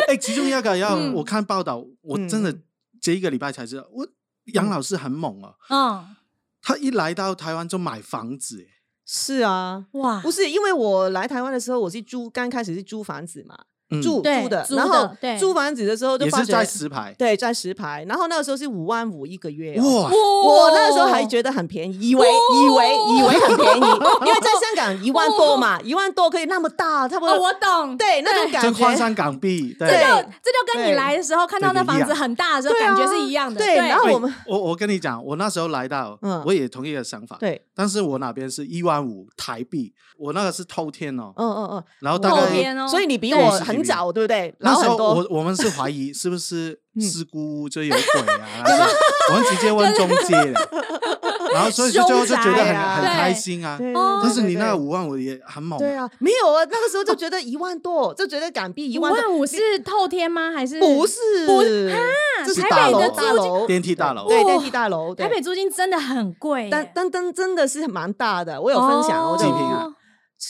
Speaker 1: 哎、其中一个要、
Speaker 2: 嗯
Speaker 1: 我看报道，我真的
Speaker 3: 嗯
Speaker 1: 这一个礼拜才知道，我杨老师很猛哦，
Speaker 2: 嗯，
Speaker 1: 他一来到台湾就买房子，哎
Speaker 3: 是啊，
Speaker 2: 哇
Speaker 3: 不，是因为我来台湾的时候，我是租，刚开始是租房子嘛，
Speaker 1: 嗯、
Speaker 3: 住
Speaker 2: 对
Speaker 3: 住的，
Speaker 2: 租
Speaker 3: 然后
Speaker 2: 的对
Speaker 3: 租房子的时候就
Speaker 1: 也
Speaker 3: 发
Speaker 1: 是在
Speaker 3: 觉，
Speaker 1: 石牌，
Speaker 3: 对，在石牌，然后那个时候是五万五一个月哦。
Speaker 1: 哇，
Speaker 3: 我
Speaker 2: 我
Speaker 3: 那个时候还觉得很便宜，以为以为以为 很便宜，因为在香港一万多嘛，一万多可以那么大，差不
Speaker 2: 哦，
Speaker 3: 多
Speaker 2: 我懂，
Speaker 3: 对那种
Speaker 1: 这
Speaker 3: 感
Speaker 1: 换
Speaker 3: 觉。
Speaker 1: 算港 币，对。
Speaker 2: 这
Speaker 3: 对
Speaker 2: 就这就跟你
Speaker 3: 对
Speaker 2: 来的时候看到那
Speaker 1: 对不一
Speaker 2: 房
Speaker 1: 样
Speaker 2: 子很大的时候，
Speaker 3: 对啊
Speaker 2: 感觉是一样的。
Speaker 3: 对然后
Speaker 1: 哎
Speaker 3: 我们
Speaker 1: 我我跟你讲，我那时候来到，
Speaker 3: 嗯
Speaker 1: 我也同意的想法，
Speaker 3: 对，
Speaker 1: 但是我那边是一万五台币，我那个是偷天哦，
Speaker 3: 嗯嗯嗯，
Speaker 1: 然后大
Speaker 2: 后
Speaker 1: 概
Speaker 2: 天哦，
Speaker 3: 所以你比
Speaker 2: 对
Speaker 3: 我
Speaker 1: 对
Speaker 3: 很早，对不对？然
Speaker 1: 那
Speaker 3: 后
Speaker 1: 时候
Speaker 3: 很
Speaker 1: 我
Speaker 3: 多，
Speaker 1: 我们是怀疑是不是
Speaker 3: 嗯
Speaker 1: 事故就有鬼 啊，那些我们直接问中介的，然后所以就最后就觉得
Speaker 3: 凶宅
Speaker 1: 很
Speaker 3: 啊
Speaker 1: 很开
Speaker 2: 对
Speaker 1: 心啊，
Speaker 3: 对
Speaker 2: 哦
Speaker 1: 但是你那个
Speaker 3: 对
Speaker 1: 五万我也很猛、
Speaker 3: 对，啊，没有啊，那个时候就觉得一万多，就觉得港币一
Speaker 2: 一
Speaker 3: 万多，
Speaker 2: 万五是透天吗？还是
Speaker 3: 不？是
Speaker 2: 不
Speaker 1: 这是
Speaker 2: 台
Speaker 1: 大
Speaker 2: 北
Speaker 1: 楼
Speaker 2: 的
Speaker 1: 啊
Speaker 2: 租
Speaker 3: 大
Speaker 2: 金，
Speaker 3: 楼
Speaker 1: 电梯大楼
Speaker 3: 对
Speaker 2: 哇
Speaker 3: 电梯大楼，对
Speaker 2: 台北租金真的很贵耶。
Speaker 3: 但但但真的是蛮大的，我有分享，我
Speaker 1: 几
Speaker 3: 就
Speaker 1: 平啊
Speaker 2: 哎哦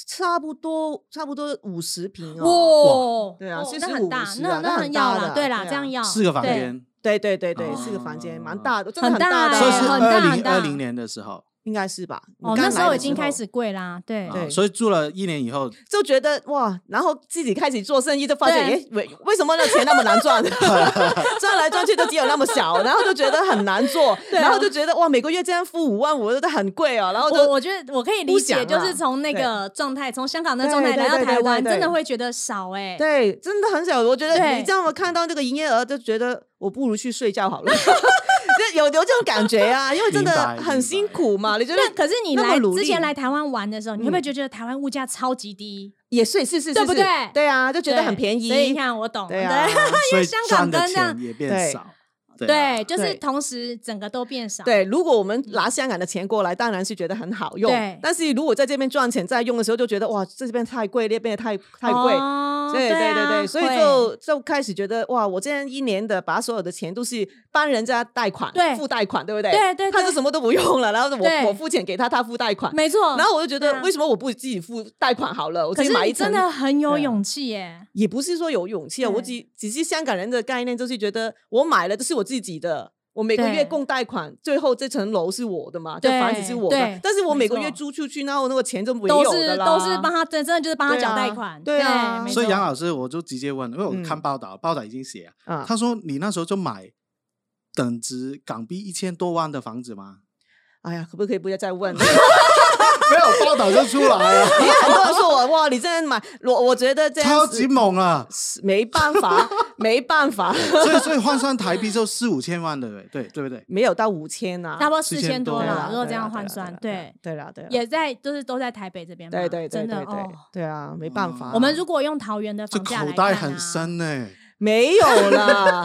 Speaker 3: 差不多差不多五十平哦，
Speaker 2: 哇，
Speaker 3: 对啊
Speaker 2: 哦
Speaker 3: 45
Speaker 2: 那很大，
Speaker 3: 50啊
Speaker 2: 那
Speaker 3: 那
Speaker 2: 很
Speaker 3: 很
Speaker 2: 要
Speaker 3: 大
Speaker 2: 啦，
Speaker 3: 的
Speaker 2: 对啦，
Speaker 3: 对啊
Speaker 2: 这样要
Speaker 1: 四个房
Speaker 2: 对，
Speaker 1: 间，
Speaker 3: 对对对对
Speaker 1: 哦，
Speaker 3: 四个房间，蛮大的，真的
Speaker 2: 很
Speaker 3: 很大
Speaker 2: 大
Speaker 3: 的，
Speaker 1: 所以
Speaker 2: 哎
Speaker 1: 是呃
Speaker 2: 很
Speaker 1: 二
Speaker 2: 大
Speaker 1: 零
Speaker 2: 大
Speaker 1: 二零年的时候，
Speaker 3: 应该是吧？你
Speaker 2: 哦，
Speaker 3: 刚
Speaker 2: 那
Speaker 3: 来
Speaker 2: 时候
Speaker 3: 的
Speaker 2: 已经开始贵啦，对
Speaker 1: 啊
Speaker 3: 对
Speaker 1: 所以住了一年以后，
Speaker 3: 就觉得哇，然后自己开始做生意，就发现
Speaker 2: 对
Speaker 3: 哎，为为什么那钱那么难赚？ 赚来赚去都只有那么少，然后就觉得很难做，
Speaker 2: 对啊
Speaker 3: 然后就觉得哇，每个月这样付五万五，都很贵哦。然后
Speaker 2: 我
Speaker 3: 就
Speaker 2: 我觉得我可以
Speaker 3: 不
Speaker 2: 理解，
Speaker 3: 想
Speaker 2: 就
Speaker 3: 啦
Speaker 2: 是从那
Speaker 3: 对
Speaker 2: 个状态，从香港的
Speaker 3: 对
Speaker 2: 状态
Speaker 3: 对
Speaker 2: 来到
Speaker 3: 对
Speaker 2: 台
Speaker 3: 对
Speaker 2: 湾，
Speaker 3: 对
Speaker 2: 真的会觉得少哎、
Speaker 3: 对，真的很少。我觉得
Speaker 2: 对
Speaker 3: 你这样看到这个营业额，就觉得我不如去睡 觉好了。就有有这种感觉啊，因为真的
Speaker 1: 明白明
Speaker 3: 很
Speaker 1: 白
Speaker 3: 辛苦嘛。你觉得
Speaker 2: 那可是你
Speaker 3: 那么
Speaker 2: 来
Speaker 3: 努
Speaker 2: 之前
Speaker 3: 力
Speaker 2: 来台湾玩的时候，你会不会
Speaker 3: 嗯
Speaker 2: 觉得台湾物价超级低？
Speaker 3: 也是是是是，
Speaker 2: 对不
Speaker 3: 是
Speaker 2: 对
Speaker 3: 对啊，就觉得
Speaker 2: 对
Speaker 3: 很便宜。
Speaker 2: 所以你看，我懂，
Speaker 3: 对啊，
Speaker 1: 所以
Speaker 2: 香
Speaker 1: 赚
Speaker 2: 港
Speaker 1: 的
Speaker 2: 真的
Speaker 1: 钱也
Speaker 3: 对
Speaker 1: 变少。
Speaker 2: 对
Speaker 1: 啊
Speaker 2: 对，就是
Speaker 3: 对
Speaker 2: 同时整个都变少。
Speaker 3: 对，如果我们拿香港的钱过来，当然是觉得很好用
Speaker 2: 对。
Speaker 3: 但是如果在这边赚钱再用的时候，就觉得哇，这边太贵，那边也太太贵。
Speaker 2: 哦
Speaker 3: 对对对
Speaker 2: 啊
Speaker 3: 对，所以
Speaker 2: 会
Speaker 3: 就就开始觉得哇，我这样一年的把所有的钱都是帮人家贷款，
Speaker 2: 对
Speaker 3: 付贷款，对不对？
Speaker 2: 对对
Speaker 3: 他就
Speaker 2: 对
Speaker 3: 什么都不用了，然后
Speaker 2: 对
Speaker 3: 我我付钱给他，他付贷款。
Speaker 2: 没错。
Speaker 3: 然后我就觉
Speaker 2: 对
Speaker 3: 得
Speaker 2: 啊
Speaker 3: 为什么我不自己付贷款好了？我
Speaker 2: 可
Speaker 3: 自己
Speaker 2: 是
Speaker 3: 买一
Speaker 2: 你
Speaker 3: 层
Speaker 2: 真。的很有
Speaker 3: 对啊
Speaker 2: 勇气耶，
Speaker 3: 也不是说有勇气啊，我
Speaker 2: 对
Speaker 3: 只只是香港人的概念，就是觉得我买了就是我自己的，我每个月
Speaker 2: 对
Speaker 3: 供贷款，最后这层楼是我的嘛，这
Speaker 2: 对
Speaker 3: 房子是我
Speaker 2: 对
Speaker 3: 的，但是我每个
Speaker 2: 没
Speaker 3: 月
Speaker 2: 错
Speaker 3: 租出去，然后那个钱就没
Speaker 2: 都
Speaker 3: 有
Speaker 2: 是
Speaker 3: 的啦，
Speaker 2: 都是帮他，真真的就是帮他
Speaker 3: 对
Speaker 2: 缴
Speaker 3: 啊
Speaker 2: 贷款。
Speaker 3: 对啊
Speaker 2: 没
Speaker 1: 所以
Speaker 2: 错
Speaker 1: 杨老师，我就直接问，因为我看
Speaker 3: 嗯
Speaker 1: 报道，报道已经写啊，
Speaker 3: 啊
Speaker 1: 他说你那时候就买等值港币一千多万的房子 吗？
Speaker 3: 哎呀，可不可以不要再问了？
Speaker 1: 没有报道就出来了，
Speaker 3: 因为很多人说我哇，你这样买，我我觉得这样
Speaker 1: 超
Speaker 3: 子
Speaker 1: 级猛啊！
Speaker 3: 是没办法，没办法，
Speaker 1: 所以所以换算台币就四五千万的，欸对对不对？
Speaker 3: 没有到五千啊呐，
Speaker 2: 差不多四
Speaker 1: 4000
Speaker 2: 千多
Speaker 1: 多
Speaker 2: 啦
Speaker 1: 啦。
Speaker 2: 如果这样换
Speaker 3: 对啊
Speaker 2: 算
Speaker 3: 啦，
Speaker 2: 对，，
Speaker 3: 对啦对啦，
Speaker 2: 也在就是都在台北这边嘛。
Speaker 3: 对对对
Speaker 2: 真的
Speaker 3: 对对
Speaker 2: 哦。
Speaker 3: 对啊，没办法，
Speaker 2: 我们如果用桃园的
Speaker 1: 这
Speaker 2: 房价
Speaker 1: 口
Speaker 2: 来
Speaker 1: 袋
Speaker 2: 看
Speaker 1: 很
Speaker 2: 啊
Speaker 1: 深欸呢。
Speaker 3: 没有啦，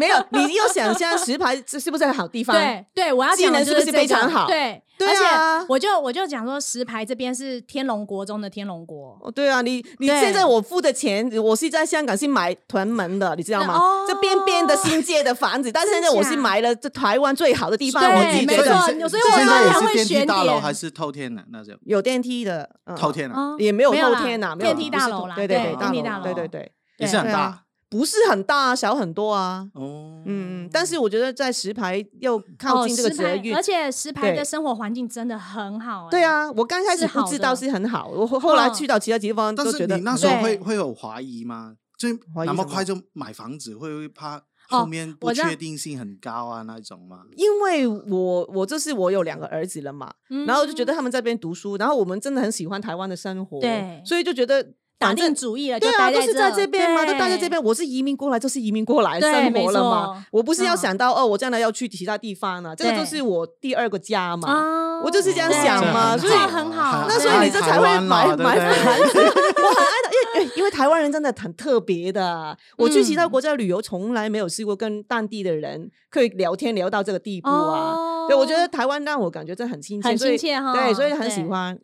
Speaker 3: 没有，你要想象石牌是是不是好地方？
Speaker 2: 对对，我要
Speaker 3: 技
Speaker 2: 讲的
Speaker 3: 能
Speaker 2: 就是
Speaker 3: 不是
Speaker 2: 这
Speaker 3: 非
Speaker 2: 个
Speaker 3: 常好
Speaker 2: 对，
Speaker 3: 对
Speaker 2: 而
Speaker 3: 啊
Speaker 2: 且我就我就讲说，石牌这边是天龙国中的天龙国，
Speaker 3: 哦，对啊，你你
Speaker 2: 对
Speaker 3: 现在我付的钱，我是在香港是买屯门的，你知道吗？
Speaker 2: 哦
Speaker 3: 这边边的新界的房子，但是现在我是
Speaker 2: 假
Speaker 3: 买了这台湾最好的地方，
Speaker 2: 对
Speaker 3: 我自己
Speaker 2: 没
Speaker 3: 觉
Speaker 1: 所以
Speaker 3: 得
Speaker 2: 错
Speaker 1: 你
Speaker 2: 有
Speaker 1: 是
Speaker 2: 所以我
Speaker 1: 现
Speaker 2: 说
Speaker 1: 在也
Speaker 2: 还会
Speaker 1: 是电
Speaker 2: 选
Speaker 1: 梯大楼
Speaker 2: 点
Speaker 1: 还是透天的？那就
Speaker 3: 有电梯的，嗯
Speaker 1: 透天啊，
Speaker 2: 哦
Speaker 3: 也没有
Speaker 2: 没有
Speaker 3: 后
Speaker 2: 啦
Speaker 3: 天呐，没有
Speaker 2: 电梯
Speaker 3: 啦不
Speaker 2: 大
Speaker 3: 是
Speaker 2: 楼
Speaker 3: 透
Speaker 2: 啦
Speaker 3: 对对
Speaker 1: 对
Speaker 3: 大
Speaker 1: 电梯大
Speaker 3: 对对
Speaker 2: 楼
Speaker 3: 对，
Speaker 1: 也
Speaker 2: 对
Speaker 1: 是很
Speaker 3: 对啊
Speaker 1: 大
Speaker 3: 不是很大啊，小很多啊。
Speaker 1: 哦。
Speaker 3: 嗯，嗯，但是我觉得在石牌又靠
Speaker 2: 哦，
Speaker 3: 近这个
Speaker 2: 石
Speaker 3: 捷
Speaker 2: 牌，
Speaker 3: 运
Speaker 2: 而，且石牌
Speaker 3: 对
Speaker 2: 的生活环境真的很好、欸。
Speaker 3: 对，啊，我刚开始
Speaker 2: 是
Speaker 3: 不
Speaker 2: 好
Speaker 3: 知道
Speaker 2: 的
Speaker 3: 是很好，我后后来
Speaker 2: 嗯
Speaker 3: 去到其他地方
Speaker 1: 但
Speaker 3: 都
Speaker 1: 是
Speaker 3: 觉得
Speaker 1: 你那时候
Speaker 2: 对
Speaker 1: 会会有怀疑吗？就
Speaker 3: 怀
Speaker 1: 那么
Speaker 3: 疑什么哦
Speaker 1: 快就买房子，会不会怕后面不
Speaker 2: 我知道
Speaker 1: 确定性很高啊那一种吗？
Speaker 3: 因为我我就是我有两个儿子了嘛，
Speaker 2: 嗯
Speaker 3: 然后就觉得他们在那边读书，然后我们真的很喜欢台湾的生活，
Speaker 2: 对
Speaker 3: 所以就觉得
Speaker 2: 打
Speaker 3: 反正
Speaker 2: 定主意了，
Speaker 3: 对
Speaker 2: 就
Speaker 3: 啊，
Speaker 2: 待
Speaker 3: 都
Speaker 2: 在
Speaker 3: 是在这边嘛，
Speaker 2: 对
Speaker 3: 都待在这边。我是移民过来，就是移民过来
Speaker 2: 对
Speaker 3: 生活
Speaker 2: 没
Speaker 3: 了嘛
Speaker 2: 错，嗯
Speaker 3: 我不是要想到哦，我将来要去其他地方了，这个
Speaker 2: 对
Speaker 3: 就是我第二个家嘛。
Speaker 2: 啊
Speaker 3: 我就是这样想嘛
Speaker 1: 对
Speaker 3: 所以
Speaker 1: 这
Speaker 2: 很好
Speaker 3: 那所以你这才会买买
Speaker 1: 房
Speaker 3: 房子，我很爱的，因为因为台湾人真的很特别的。啊我
Speaker 2: 嗯
Speaker 3: 去其他国家旅游，从来没有试过跟当地的人可以聊天聊到这个地步啊。
Speaker 2: 哦
Speaker 3: 对，我觉得台湾让我感觉真的很亲切，
Speaker 2: 很
Speaker 3: 所以
Speaker 2: 亲切哈嗯
Speaker 3: 对，所以很喜
Speaker 2: 对
Speaker 3: 欢。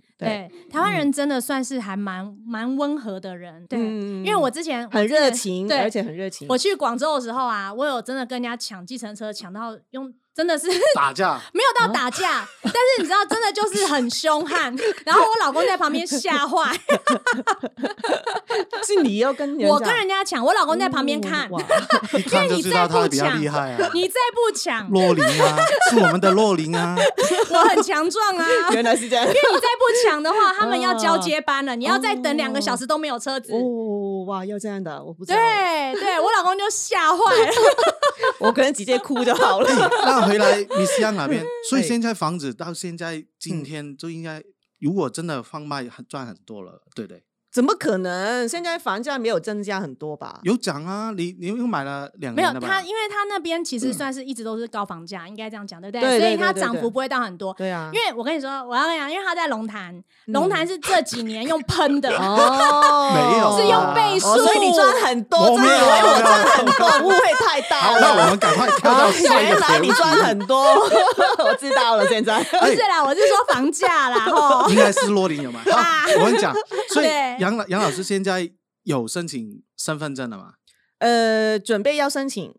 Speaker 2: 对
Speaker 3: 对，
Speaker 2: 台湾人真的算是还蛮蛮温和的人，对，
Speaker 3: 嗯
Speaker 2: 因为我之前
Speaker 3: 很
Speaker 2: 之前
Speaker 3: 热情，
Speaker 2: 对
Speaker 3: 而且很热情。
Speaker 2: 我去广州的时候啊，我有真的跟人家抢计程车，抢到用真的是
Speaker 1: 打 架，
Speaker 2: 没有
Speaker 3: 啊
Speaker 2: 到打架，但是你知道，真的就是很凶 悍。然后我老公在旁边吓坏，
Speaker 3: 是 你 要跟人
Speaker 2: 我
Speaker 3: 家哦
Speaker 2: 跟人家抢，我老公在旁边看
Speaker 3: 哇，
Speaker 1: 一看就知道他比较
Speaker 2: 因为你再不抢
Speaker 1: 厉害啊。
Speaker 2: 你再不抢，
Speaker 1: 洛林啊，是我们的洛林啊，
Speaker 2: 我很强壮啊。
Speaker 3: 原来 是这样。
Speaker 2: 因为你再不抢的话，他们要交接班了，你要再等两个小时都没有车子。
Speaker 3: 哦，哇，要这样的，我不知道，
Speaker 2: 对对，我老公就吓坏 了。
Speaker 3: 我可能直接哭就好了。
Speaker 1: 那回来米西安那边，所以
Speaker 3: 对
Speaker 1: 现在房子到现在今天就应该，如果真的放卖，很赚很多了，对不对？
Speaker 3: 怎么可能？现在房价没有增加很多吧？
Speaker 1: 有涨啊，你你又买了
Speaker 3: 嗯
Speaker 1: 两
Speaker 2: 没有
Speaker 1: 年了
Speaker 2: 他，
Speaker 1: 吧？
Speaker 2: 因为他那边其实算是一直都是高房价，应该这样讲，对不
Speaker 3: 对对
Speaker 2: 所以它
Speaker 3: 对对
Speaker 2: 涨
Speaker 3: 对
Speaker 2: 幅不会到很多。
Speaker 3: 对啊嗯
Speaker 2: 因，为我跟你说，我要跟你讲，因为他在龙潭，龙潭是这几年用喷的，
Speaker 3: 哦
Speaker 1: 没有啊
Speaker 2: 是用倍数
Speaker 3: 哦所以你赚很多，
Speaker 1: 我
Speaker 3: 真
Speaker 1: 没有
Speaker 3: 的
Speaker 1: 啊
Speaker 3: 以为我
Speaker 1: 没有啊
Speaker 3: 赚很多，误会太大
Speaker 1: 好，
Speaker 3: 了。哦
Speaker 1: 那我们赶快跳到下一
Speaker 3: 原
Speaker 1: 个
Speaker 3: 来
Speaker 1: 节
Speaker 3: 你
Speaker 1: 目。哎
Speaker 3: 赚很多， 我知道了。现 在
Speaker 2: 不是啦，我是说房价啦， 吼。
Speaker 3: 哦
Speaker 1: 应该是洛林有买。啊
Speaker 2: 啊、
Speaker 1: 我跟你讲，所以
Speaker 2: 对
Speaker 1: 杨老杨老师现在有申请身份证了嘛？
Speaker 3: 呃，准备要申请，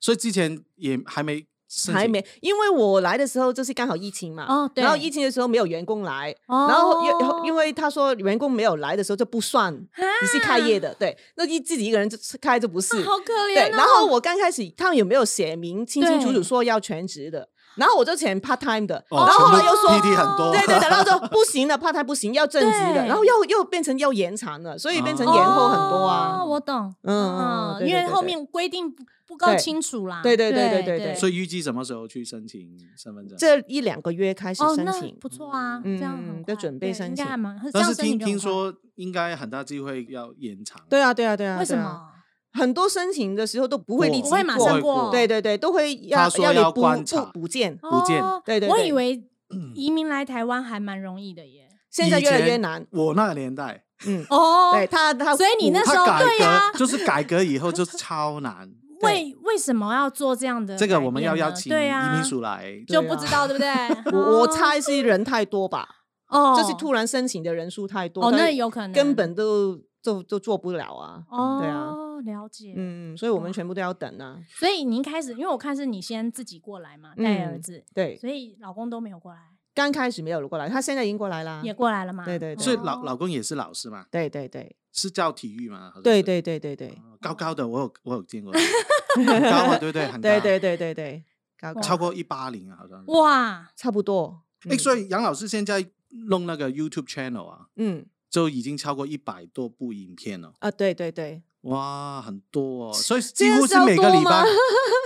Speaker 1: 所以之前也还没申请，
Speaker 3: 还没，因为我来的时候就是刚好疫情嘛，
Speaker 2: 哦对
Speaker 3: 然后疫情的时候没有员工来，
Speaker 2: 哦
Speaker 3: 然后因因为他说员工没有来的时候就不算你是开业的，对，那一自己一个人就开就不是，
Speaker 2: 啊好可怜、
Speaker 3: 对
Speaker 2: 哦。。
Speaker 3: 然后我刚开始他们有没有写明清清楚楚
Speaker 2: 对
Speaker 3: 说要全职的？然后我就请 part time 的，
Speaker 1: 哦
Speaker 3: 然后后来
Speaker 1: 全部
Speaker 3: 又说
Speaker 1: PT 很多，
Speaker 3: 对对对，然后说不行了，怕他不行，要正职的，
Speaker 2: 对
Speaker 3: 然后又又变成要延长了，
Speaker 1: 哦
Speaker 3: 所以变成延后很多啊。
Speaker 2: 哦我懂，
Speaker 3: 嗯嗯
Speaker 2: 嗯，
Speaker 3: 对
Speaker 2: 因为
Speaker 3: 对
Speaker 2: 后
Speaker 3: 对
Speaker 2: 面规定不不够
Speaker 3: 对
Speaker 2: 清楚啦。
Speaker 3: 对对对对对
Speaker 2: 对
Speaker 3: 对
Speaker 1: 所以预计什么时候去申请身份证？
Speaker 3: 这一两个月开始
Speaker 2: 哦，
Speaker 3: 申
Speaker 2: 那
Speaker 3: 请，
Speaker 2: 不错啊，
Speaker 3: 嗯
Speaker 2: 这样很
Speaker 3: 在
Speaker 2: 快
Speaker 3: 准备
Speaker 2: 对
Speaker 3: 申
Speaker 2: 应该
Speaker 3: 请
Speaker 2: 还蛮，这
Speaker 1: 但
Speaker 2: 样
Speaker 1: 是
Speaker 2: 申
Speaker 1: 听
Speaker 2: 请就很
Speaker 1: 听
Speaker 2: 快
Speaker 1: 说应该很大机会要延长。
Speaker 3: 对啊对啊对啊，
Speaker 2: 为什
Speaker 3: 对啊？
Speaker 2: 么？
Speaker 3: 很多申请的时候都不会立
Speaker 1: 过
Speaker 3: 即
Speaker 2: 不会马上过
Speaker 3: 对对对，都会要
Speaker 1: 他说
Speaker 3: 你
Speaker 1: 要
Speaker 3: 补
Speaker 1: 观
Speaker 3: 补
Speaker 1: 察
Speaker 3: 补件，
Speaker 1: 不见
Speaker 2: 哦
Speaker 3: 对对
Speaker 2: 我
Speaker 3: 对嗯
Speaker 2: 以为移民来台湾还蛮容易的耶。
Speaker 3: 现在越来
Speaker 1: 以前
Speaker 3: 越难。
Speaker 1: 我那个年代，
Speaker 3: 嗯，
Speaker 2: 哦
Speaker 3: 对他他
Speaker 2: 所以你那
Speaker 1: 他
Speaker 2: 时候
Speaker 1: 改
Speaker 2: 对
Speaker 1: 革、
Speaker 2: 呀
Speaker 1: 就是改革以后就超难。
Speaker 2: 为为什么要做这样的改变呢？
Speaker 1: 这个我们要邀请
Speaker 2: 对
Speaker 1: 移
Speaker 2: 啊
Speaker 1: 民，署来。
Speaker 2: 就
Speaker 3: 对
Speaker 2: 不
Speaker 3: 啊
Speaker 2: 知道对不对？
Speaker 3: 我我
Speaker 2: 哦
Speaker 3: 猜是人太多吧，
Speaker 2: 哦，
Speaker 3: 就是突然申请的人数太多，
Speaker 2: 哦，
Speaker 3: 所
Speaker 2: 那
Speaker 3: 以
Speaker 2: 有可能
Speaker 3: 根
Speaker 1: 嗯
Speaker 3: 本都都都做不了啊。
Speaker 2: 哦，
Speaker 3: 对啊，
Speaker 2: 了解。
Speaker 3: 嗯，所以我
Speaker 1: 哦
Speaker 3: 们
Speaker 2: 哇
Speaker 3: 全部都要等啊。
Speaker 2: 所以你一开始，因为我看是你先自己过来嘛，带儿
Speaker 3: 嗯
Speaker 2: 子，
Speaker 3: 对，
Speaker 2: 所以老公都没有过来，
Speaker 3: 刚开始没有过来，他现在已经过来啦。
Speaker 2: 也过来了嘛。
Speaker 3: 对对对
Speaker 1: 所以老
Speaker 2: 哦
Speaker 1: 老公也是老师嘛，
Speaker 3: 对对对
Speaker 1: 是教体育嘛？好像
Speaker 3: 对
Speaker 1: 是
Speaker 3: 对对对对
Speaker 1: 哦高高的，我有我有见 过，很高啊嘛，对不对？很高，
Speaker 3: 对对对对对，高高
Speaker 1: 超过一八零啊，好像是。
Speaker 2: 哇，
Speaker 3: 差不多。
Speaker 1: 哎，
Speaker 3: 嗯
Speaker 1: 所以杨老师现在弄那个 YouTube channel 啊，
Speaker 3: 嗯
Speaker 1: 就已经超过一百多部影片了，
Speaker 3: 啊，对对对，
Speaker 1: 哇，很多、哦，所以
Speaker 3: 这
Speaker 1: 几
Speaker 3: 样
Speaker 1: 乎
Speaker 3: 是
Speaker 1: 是每
Speaker 3: 要
Speaker 1: 个
Speaker 3: 多
Speaker 1: 礼
Speaker 3: 吗
Speaker 1: 拜，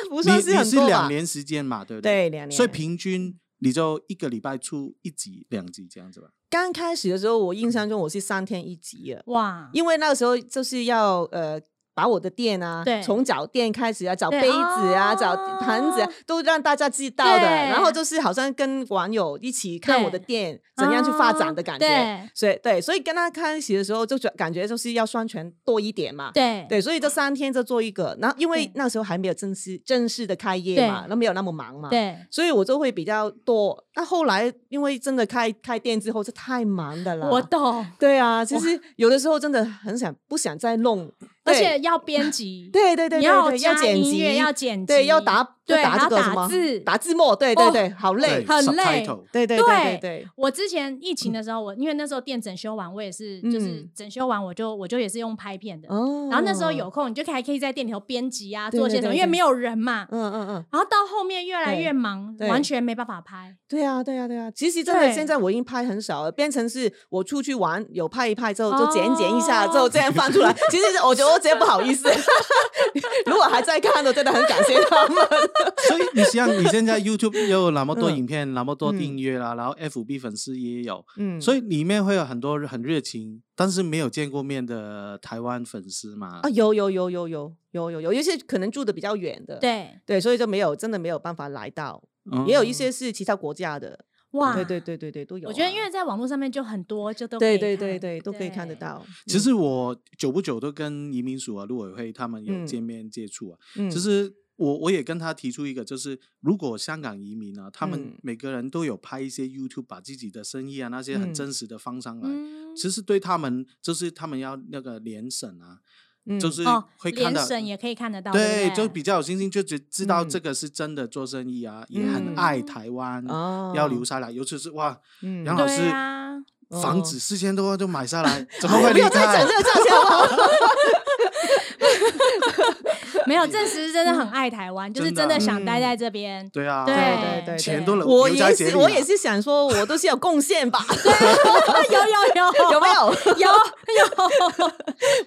Speaker 3: 不算是
Speaker 1: 你你
Speaker 3: 很
Speaker 1: 是
Speaker 3: 多吧
Speaker 1: 两年时间嘛，对不
Speaker 3: 对两年。
Speaker 1: 所以平均你就一个礼拜出一集、两集这样子吧。
Speaker 3: 刚开始的时候，我印象中我是三天一集啊，
Speaker 2: 哇，
Speaker 3: 因为那个时候就是要呃。把我的店啊
Speaker 2: 对，
Speaker 3: 从找店开始啊，找
Speaker 2: 对
Speaker 3: 杯子啊，
Speaker 2: 哦
Speaker 3: 找盘子啊，都让大家知道的。
Speaker 2: 对
Speaker 3: 然后就是好像跟网友一起看我的
Speaker 2: 对哦
Speaker 3: 店怎样去发展的感觉。
Speaker 2: 啊对
Speaker 3: 所以对，所以跟他开始的时候就觉感觉就是要宣传多一点嘛。
Speaker 2: 对
Speaker 3: 对，所以这三天就做一个，然后因为
Speaker 2: 对
Speaker 3: 那时候还没有正式正式的开业嘛，
Speaker 2: 对
Speaker 3: 那没有那么忙嘛，
Speaker 2: 对
Speaker 3: 所以我就会比较多。那后来因为真的开开店之后，这太忙的了，
Speaker 2: 我懂，
Speaker 3: 对啊，其实有的时候真的很想不想再弄，
Speaker 2: 而
Speaker 3: 对
Speaker 2: 且要编辑，
Speaker 3: 对对对对
Speaker 2: 你
Speaker 3: 对，
Speaker 2: 加
Speaker 3: 剪
Speaker 2: 音乐，
Speaker 3: 辑，
Speaker 2: 要剪辑，
Speaker 3: 对要打
Speaker 2: 对，
Speaker 3: 要打
Speaker 2: 还
Speaker 3: 这
Speaker 2: 要
Speaker 3: 个什
Speaker 2: 打
Speaker 3: 么
Speaker 2: 字。
Speaker 3: 打字幕，对
Speaker 2: 哦
Speaker 3: 对对，好累
Speaker 1: 对，
Speaker 2: 很累
Speaker 1: subtitle
Speaker 3: 对对
Speaker 2: 对
Speaker 3: 对对对，
Speaker 2: 我之前疫情的时候，我因为那时候店整修完，我也是就是
Speaker 3: 嗯
Speaker 2: 整修完，我就我就也是用拍片的。
Speaker 3: 哦
Speaker 2: 然后那时候有，空，你就还可以在店里头编辑啊，
Speaker 3: 对
Speaker 2: 做
Speaker 3: 对
Speaker 2: 些什么，
Speaker 3: 对
Speaker 2: 因为
Speaker 3: 对
Speaker 2: 没有人嘛。
Speaker 3: 嗯嗯嗯，
Speaker 2: 然后到后面越来
Speaker 3: 对
Speaker 2: 越忙，
Speaker 3: 对
Speaker 2: 完全没办法拍。
Speaker 3: 对啊，对啊，对啊。其实真的，
Speaker 2: 对
Speaker 3: 现在我已经拍很少了，变成是我出去玩有拍一拍之后，就剪剪一下，
Speaker 2: 哦
Speaker 3: 之后这样放出来。其实我觉得我真不好意思， 如果还在看的，真的很感谢他们。
Speaker 1: 所以你像你现在 YouTube 也有那么多
Speaker 3: 嗯
Speaker 1: 影片，那么多订
Speaker 3: 嗯
Speaker 1: 阅啦，然后 FB 粉丝也有，
Speaker 3: 嗯
Speaker 1: 所
Speaker 3: 以
Speaker 1: 以里面会有很多很热情，但是没有见过面的台湾粉丝嘛
Speaker 3: 啊，。有有有有有有有有，一些可能住的比较远的，
Speaker 2: 对，
Speaker 3: 对，所以就没有真的没有办法来到，
Speaker 1: 嗯
Speaker 3: 哦也有一些是其他国家的，
Speaker 2: 哦哇，
Speaker 3: 对对对对对，都有啊。
Speaker 2: 我觉得因为在网络上面就很多，就都可以
Speaker 3: 对对对
Speaker 2: 看
Speaker 3: 对，都可以看得。
Speaker 2: 对
Speaker 3: 到。嗯
Speaker 1: 其实我久不久都跟移民署啊、陆委会他们有
Speaker 3: 嗯
Speaker 1: 见面接触啊。
Speaker 3: 嗯
Speaker 1: 其实我我也跟他提出一个，就是如果香港移民啊，他们
Speaker 3: 嗯
Speaker 1: 每个人都有拍一些 YouTube，把自己的生意啊那些很
Speaker 3: 嗯
Speaker 1: 真实的放上来，
Speaker 2: 嗯，
Speaker 1: 其实对他们就是他们要那个联审啊，
Speaker 3: 嗯
Speaker 1: 就是
Speaker 2: 哦，
Speaker 1: 会看
Speaker 2: 连
Speaker 1: 到。
Speaker 2: 审也可以看得到，
Speaker 1: 对，
Speaker 2: 不
Speaker 1: 就比较有信心，就知知道这
Speaker 3: 嗯
Speaker 1: 个是真的做生意啊，也很
Speaker 3: 嗯
Speaker 1: 爱台湾，
Speaker 3: 哦
Speaker 1: 要留下来。尤其是哇，
Speaker 3: 嗯
Speaker 1: 杨老
Speaker 2: 对
Speaker 1: 师
Speaker 2: 啊，
Speaker 1: 房
Speaker 3: 哦哎
Speaker 1: 子四千多万就买下 来，怎么会
Speaker 3: 不
Speaker 1: 离
Speaker 3: 要再讲
Speaker 1: 开
Speaker 3: 这？个价钱哦了。
Speaker 2: 没有，证实真的很爱台湾，就是
Speaker 1: 嗯
Speaker 2: 真
Speaker 1: 真的
Speaker 2: 的想待
Speaker 3: 嗯
Speaker 2: 在这 边。
Speaker 1: 对啊，
Speaker 2: 对
Speaker 3: 对对对，
Speaker 1: 钱都留
Speaker 3: 我
Speaker 1: 留在
Speaker 3: 也
Speaker 1: 鞋里啊
Speaker 3: 是，我
Speaker 1: 了
Speaker 3: 也是想说，我都是有贡献 吧，
Speaker 2: 有有有
Speaker 3: 有没？ 有？
Speaker 2: 有有，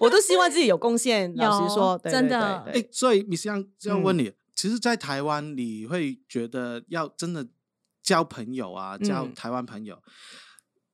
Speaker 3: 我都希望自己有贡献。老实说，
Speaker 2: 有
Speaker 3: 对
Speaker 2: 真的
Speaker 3: 对对
Speaker 1: 哎
Speaker 3: 对，
Speaker 1: 所以米西样要问
Speaker 2: 嗯
Speaker 1: 你，其实，在台湾你会觉得要真的交朋友啊，交
Speaker 3: 嗯
Speaker 1: 台湾朋友，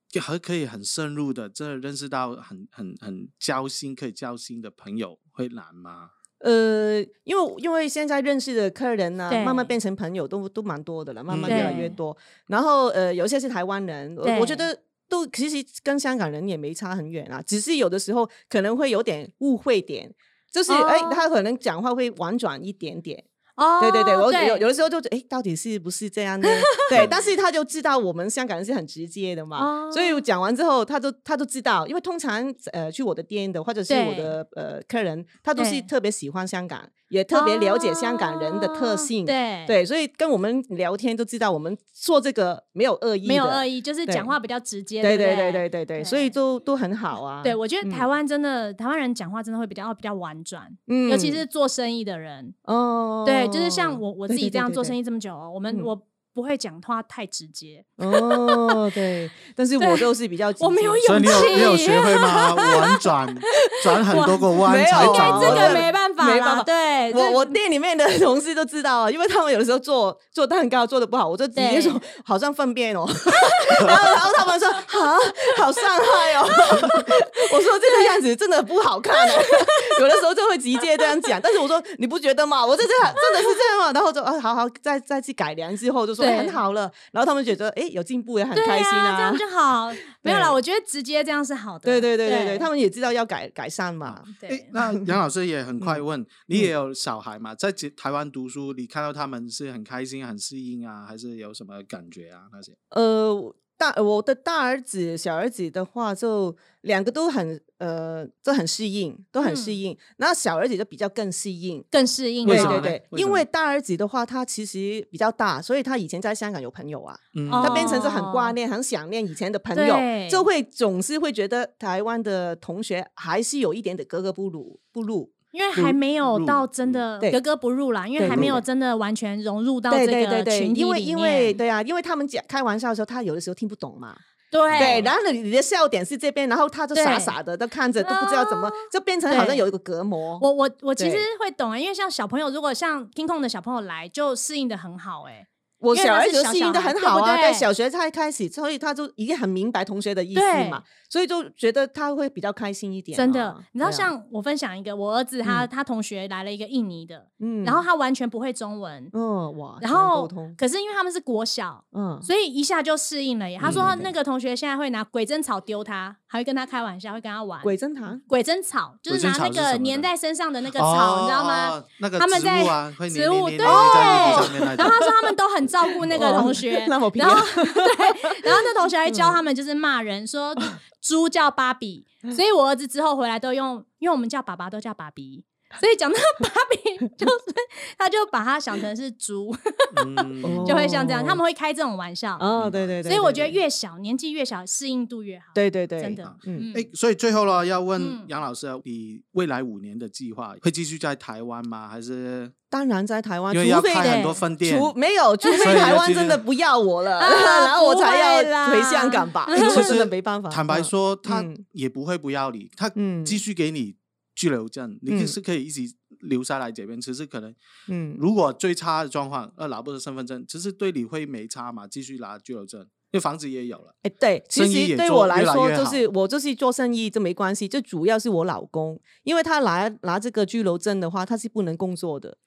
Speaker 1: 就还可以很深入的，真的认识到很很很交心，可以交心的朋友，会难吗？
Speaker 3: 呃，因为因为现在认识的客人呢、
Speaker 2: 对
Speaker 3: 慢慢变成朋友都都蛮多的了，慢慢
Speaker 1: 嗯
Speaker 3: 越来越多。然后呃，有一些是台湾人，我我觉
Speaker 2: 对
Speaker 3: 得。都其实跟香港人也没差很远啊，只是有的时候可能会有点误会点，就是
Speaker 2: 哦
Speaker 3: 哎、他可能讲话会婉转一点点，
Speaker 2: 哦，
Speaker 3: 对对对，我有有
Speaker 2: 对
Speaker 3: 的时候就哎，诶到底是不是这 样呢？对，但是他就知道我们香港人是很直接的嘛，
Speaker 2: 哦
Speaker 3: 所以我讲完之后，他都他都知道，因为通常呃去我的店的或者是
Speaker 2: 对
Speaker 3: 我的呃客人，他都
Speaker 2: 对
Speaker 3: 是特别喜欢香港，也特别了解香港人的特性，
Speaker 2: 哦对，
Speaker 3: 对，所以跟我们聊天都知道我们做这个没有恶意，
Speaker 2: 没有恶
Speaker 3: 意，
Speaker 2: 意，就是
Speaker 3: 对
Speaker 2: 讲话比较直接。
Speaker 3: 对
Speaker 2: 对
Speaker 3: 对
Speaker 2: 不
Speaker 3: 对对对对，所以
Speaker 2: 对
Speaker 3: 都都很好啊，
Speaker 2: 对，我觉得台
Speaker 3: 嗯
Speaker 2: 湾真的，台湾人讲话真的会比较比较婉转，
Speaker 3: 嗯
Speaker 2: 尤其是做生意的人。
Speaker 3: 哦，
Speaker 2: 对，就是像我我自
Speaker 3: 对
Speaker 2: 自己
Speaker 3: 对
Speaker 2: 这样
Speaker 3: 对
Speaker 2: 做
Speaker 3: 对
Speaker 2: 生意这么久哦，我们
Speaker 3: 嗯
Speaker 2: 我不会讲话太直接，
Speaker 3: 哦， 对，但是我就是比较
Speaker 2: 我没有
Speaker 3: 直接
Speaker 1: 所以你有你有
Speaker 2: 气
Speaker 1: 学会吗？ 玩转转很多个弯
Speaker 3: 没有
Speaker 1: 才
Speaker 3: 应该
Speaker 1: 掌握
Speaker 2: 啊这
Speaker 1: 到
Speaker 2: 个没办法啦，
Speaker 3: 哦没办法
Speaker 2: 对，
Speaker 3: 我
Speaker 2: 这
Speaker 3: 我店里面的 同事都知道啊，因为他们有的时候做做蛋糕做的不好，我就直接
Speaker 2: 对
Speaker 3: 说好像粪便哦， 然后然后他们说啊好伤害哦， 我说这个样子真的不好看、啊， 有的时候就会直接这样讲，但是我说你不觉得吗？我这这真的是这样吗？然后就啊好好再再去改良之后就说、
Speaker 2: 对
Speaker 3: 哎很好了，然后他们觉得哎有进步也很
Speaker 2: 对
Speaker 3: 开心
Speaker 2: 啊，这样就好。没有啦，
Speaker 3: 对
Speaker 2: 我觉得直接这样是好的。
Speaker 3: 对对对对
Speaker 2: 对
Speaker 3: 对，他们也知道要改改善嘛，
Speaker 1: 诶
Speaker 2: 对
Speaker 1: 那杨老师也很
Speaker 2: 嗯
Speaker 1: 快问，你也有小孩嘛？在台台湾读书，你看到他们是很开心、很适应啊，还是有什么感觉啊？那些
Speaker 3: 呃，大我的大儿子、小儿子的话，就两个都很呃，都很适应，都很适
Speaker 2: 嗯
Speaker 3: 应。那小儿子就比较更适应。
Speaker 2: 更适应
Speaker 1: 为
Speaker 3: 对
Speaker 1: 什
Speaker 2: 嘛
Speaker 1: 么
Speaker 3: 对
Speaker 1: 呢
Speaker 3: 对，
Speaker 1: 为什
Speaker 3: 因
Speaker 1: 么
Speaker 3: 为大儿子的话，他其实比较大，所以他以前在香港有朋友啊，
Speaker 1: 嗯，
Speaker 2: 哦
Speaker 3: 他变成是很挂念、很想念以前的朋
Speaker 2: 对
Speaker 3: 友，就会总是会觉得台湾的同学还是有一点点格格不入不入。嗯
Speaker 2: 因为还没有
Speaker 1: 入
Speaker 2: 到真的
Speaker 3: 对
Speaker 2: 格格不入啦，因为
Speaker 3: 对
Speaker 2: 还
Speaker 3: 入
Speaker 2: 没有
Speaker 3: 了
Speaker 2: 真的完全融入到
Speaker 3: 对
Speaker 2: 这
Speaker 3: 对对
Speaker 2: 个
Speaker 3: 对，
Speaker 2: 群体
Speaker 3: 因为
Speaker 2: 里
Speaker 3: 因为
Speaker 2: 面
Speaker 3: 对啊，因为他们讲开玩笑的时候，他有的时候听不懂嘛。对，
Speaker 2: 对
Speaker 3: 然后你你的笑点是这边，然后他就傻
Speaker 2: 对
Speaker 3: 傻的都看着，都不知道怎么，就变成好像
Speaker 2: 对
Speaker 3: 有一个隔膜。
Speaker 2: 我我我其实
Speaker 3: 对
Speaker 2: 会懂啊、因为像小朋友，如果像 King Kong 的小朋友来，就适应的很好哎、
Speaker 3: 我
Speaker 2: 因为
Speaker 3: 小
Speaker 2: 他
Speaker 3: 儿
Speaker 2: 是
Speaker 3: 子
Speaker 2: 小
Speaker 3: 适应
Speaker 2: 小
Speaker 3: 的
Speaker 2: 孩
Speaker 3: 很
Speaker 2: 对
Speaker 3: 好
Speaker 2: 不
Speaker 3: 啊，在
Speaker 2: 对
Speaker 3: 小学才开始，所以他就已经很明白同学的意思嘛，所以就觉得他会比较开心一点啊。
Speaker 2: 真的。你知道，
Speaker 3: 对啊
Speaker 2: 像我分享一个，我儿子他、他同学来了一个印尼的，
Speaker 3: 嗯
Speaker 2: 然后他完全不会中文，
Speaker 3: 嗯哇，
Speaker 2: 然
Speaker 3: 很难沟
Speaker 2: 后
Speaker 3: 通
Speaker 2: 可是因为他们是国小，
Speaker 3: 嗯
Speaker 2: 所以一下就适应了耶。他
Speaker 1: 嗯
Speaker 2: 说
Speaker 3: 对
Speaker 2: 那个同学现在会拿鬼针草丢他，还会跟他开玩笑，会跟他玩。
Speaker 3: 鬼针糖
Speaker 2: 鬼针草就
Speaker 1: 鬼
Speaker 2: 是
Speaker 1: 针
Speaker 2: 拿
Speaker 1: 草
Speaker 2: 那
Speaker 1: 是什
Speaker 2: 个
Speaker 1: 么
Speaker 2: 粘
Speaker 1: 的
Speaker 2: 在身上的那个草，你知道吗？
Speaker 1: 哦？哦那个
Speaker 2: 他们
Speaker 1: 植物
Speaker 2: 在
Speaker 1: 啊，会
Speaker 2: 植物
Speaker 1: 粘粘粘
Speaker 2: 对
Speaker 1: 粘在衣服上面那
Speaker 2: 然
Speaker 1: 种。
Speaker 2: 后他说他们都很照顾那个同学，
Speaker 3: 那么皮
Speaker 2: 然后 对，然后那同学还教他们就是骂人，说猪叫芭比，所以我儿子之后回来都用，因为我们叫爸爸都叫爸比，所以讲到芭比就是他就把它想成是猪，
Speaker 1: 嗯
Speaker 2: 就会像这样，
Speaker 3: 哦
Speaker 2: 他们会开这种玩笑，
Speaker 3: 哦，对对
Speaker 2: 嗯
Speaker 3: 对，
Speaker 2: 所以我
Speaker 3: 对
Speaker 2: 觉得
Speaker 3: 对
Speaker 2: 越小年纪越小适应度越好，
Speaker 3: 对对对
Speaker 2: 真的，
Speaker 3: 嗯
Speaker 2: 嗯，
Speaker 1: 哎，所以最后了，要
Speaker 2: 嗯
Speaker 1: 问杨老师，你未来五年的计划会继续在台湾吗？还是
Speaker 3: 当然在台湾，
Speaker 1: 因为
Speaker 3: 啊除
Speaker 1: 要
Speaker 3: 非
Speaker 1: 开很
Speaker 2: 对
Speaker 1: 多分店？
Speaker 3: 除没有，除非
Speaker 1: 所以
Speaker 3: 台
Speaker 1: 就
Speaker 3: 湾
Speaker 1: 是
Speaker 3: 真的不要我了，
Speaker 2: 啊
Speaker 3: 然后我
Speaker 2: 不
Speaker 3: 才
Speaker 2: 会啦
Speaker 3: 要回香港 吧。
Speaker 1: 其
Speaker 3: 我真
Speaker 1: 实
Speaker 3: 的没办法。
Speaker 1: 坦白
Speaker 3: 嗯，
Speaker 1: 说，他
Speaker 3: 嗯
Speaker 1: 也不会不要你，他
Speaker 3: 嗯
Speaker 1: 继续给你居留证，你可
Speaker 3: 嗯
Speaker 1: 是可以一直留下来这边。只是可能，
Speaker 3: 嗯，
Speaker 1: 如果最差的状况，呃，拿不到身份证，其实对你会没差嘛，继续拿居留证，因为房子也有了。
Speaker 3: 哎，对，其
Speaker 1: 生意
Speaker 3: 实
Speaker 1: 也
Speaker 3: 对
Speaker 1: 做
Speaker 3: 我
Speaker 1: 越
Speaker 3: 来
Speaker 1: 来
Speaker 3: 说，
Speaker 1: 越
Speaker 3: 就是我就是做生意，这没关系。就主要是我老公，因为他拿拿这个居留证的话，他是不能工作的。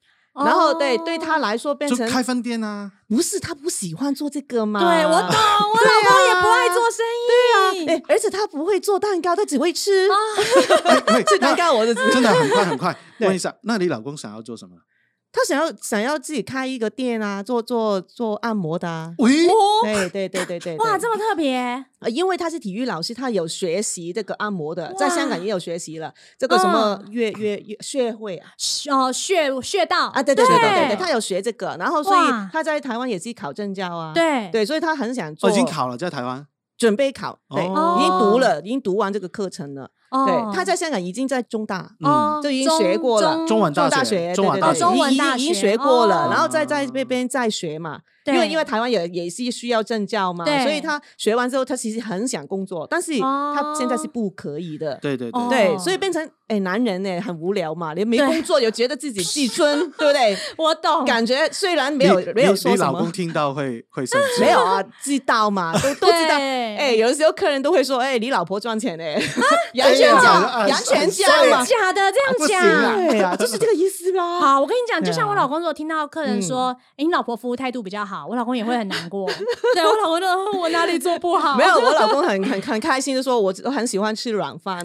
Speaker 3: 然后对对
Speaker 2: 哦
Speaker 3: 他来说，变
Speaker 1: 就
Speaker 3: 成
Speaker 1: 开分店 啊，
Speaker 3: 不是他不喜欢做这个吗？
Speaker 2: 对 我懂，我老公也不爱做生意，
Speaker 3: 啊
Speaker 2: 啊
Speaker 3: 哎，而且他不会做蛋糕，他只会吃。
Speaker 2: 哦
Speaker 1: 哎喂
Speaker 3: 吃蛋糕我就知
Speaker 1: 那 真的很快很快。
Speaker 3: 对
Speaker 1: 问一下，那你老公想要做什么？
Speaker 3: 他想要想要自己开一个店啊，做做做按摩的啊。
Speaker 1: 喂，
Speaker 2: 哦，
Speaker 3: 对对对对对，
Speaker 2: 哇，
Speaker 3: 对
Speaker 2: 这么特别，
Speaker 3: 呃，因为他是体育老师，他有学习这个按摩的，在香港
Speaker 2: 哇
Speaker 3: 也有学习了这个什么
Speaker 2: 嗯
Speaker 3: 月月月穴会啊。
Speaker 2: 哦，穴穴道
Speaker 3: 啊，对对对
Speaker 2: 对
Speaker 3: 对对，他有学这个，然后所以
Speaker 2: 哇
Speaker 3: 他在台湾也是考证照啊，
Speaker 2: 对
Speaker 3: 对，所以他很想做，
Speaker 1: 我哦已经考了，在台湾。
Speaker 3: 准备考，对，
Speaker 1: 哦
Speaker 3: 已经读了，已经读完这个课程了，
Speaker 2: 哦
Speaker 3: 对，他在香港已经在中大。
Speaker 2: 哦，
Speaker 3: 就已经学过了
Speaker 2: 中
Speaker 1: 中文
Speaker 3: 中
Speaker 1: 大
Speaker 3: 学，
Speaker 1: 中
Speaker 3: 对
Speaker 1: 文
Speaker 3: 对
Speaker 1: 大
Speaker 3: 对，
Speaker 1: 学，
Speaker 2: 中文
Speaker 3: 已
Speaker 2: 大
Speaker 3: 已经
Speaker 2: 学
Speaker 3: 学过了，
Speaker 2: 哦
Speaker 3: 然后再在这边再学嘛，因
Speaker 2: 对
Speaker 3: 为因为台湾也也是需要证照嘛，
Speaker 2: 对
Speaker 3: 所以他学完之后，他其实很想工作，但是他现在是
Speaker 2: 哦
Speaker 3: 不可以的，
Speaker 1: 对对
Speaker 2: 哦
Speaker 1: 对，
Speaker 3: 对，所以变成哎、男人呢、很无聊嘛，连没
Speaker 2: 对
Speaker 3: 工作也觉得自己自尊，对不对？
Speaker 2: 我懂，
Speaker 3: 感觉虽然没有
Speaker 1: 你
Speaker 3: 没有
Speaker 1: 你
Speaker 3: 说
Speaker 1: 你
Speaker 3: 什
Speaker 1: 老公
Speaker 3: 么，
Speaker 1: 听到会会生气。
Speaker 3: 没有啊，知 道嘛，都都知道。
Speaker 2: 对啊
Speaker 3: 哎、有的时候客人都会说，哎、你老婆赚钱哎、 杨
Speaker 1: 哎
Speaker 3: 全
Speaker 1: 呀
Speaker 3: 家，
Speaker 1: 啊
Speaker 3: 杨全
Speaker 1: 是
Speaker 3: 家
Speaker 2: 真
Speaker 3: 嘛
Speaker 2: 的，假的？
Speaker 1: 不
Speaker 2: 这
Speaker 1: 行
Speaker 2: 样讲。
Speaker 1: 啊
Speaker 3: 对啊，就是这个意思啦。
Speaker 2: 好，我跟你讲，
Speaker 3: 对
Speaker 2: 就像我
Speaker 3: 啊
Speaker 2: 老公，如果听到客人说“哎，你老婆服务态度比较好”，我老公也会很难过。 对我老公就说哦我哪里做不好？
Speaker 3: 没有，我老公很很很开心的说，我我很喜欢吃软饭。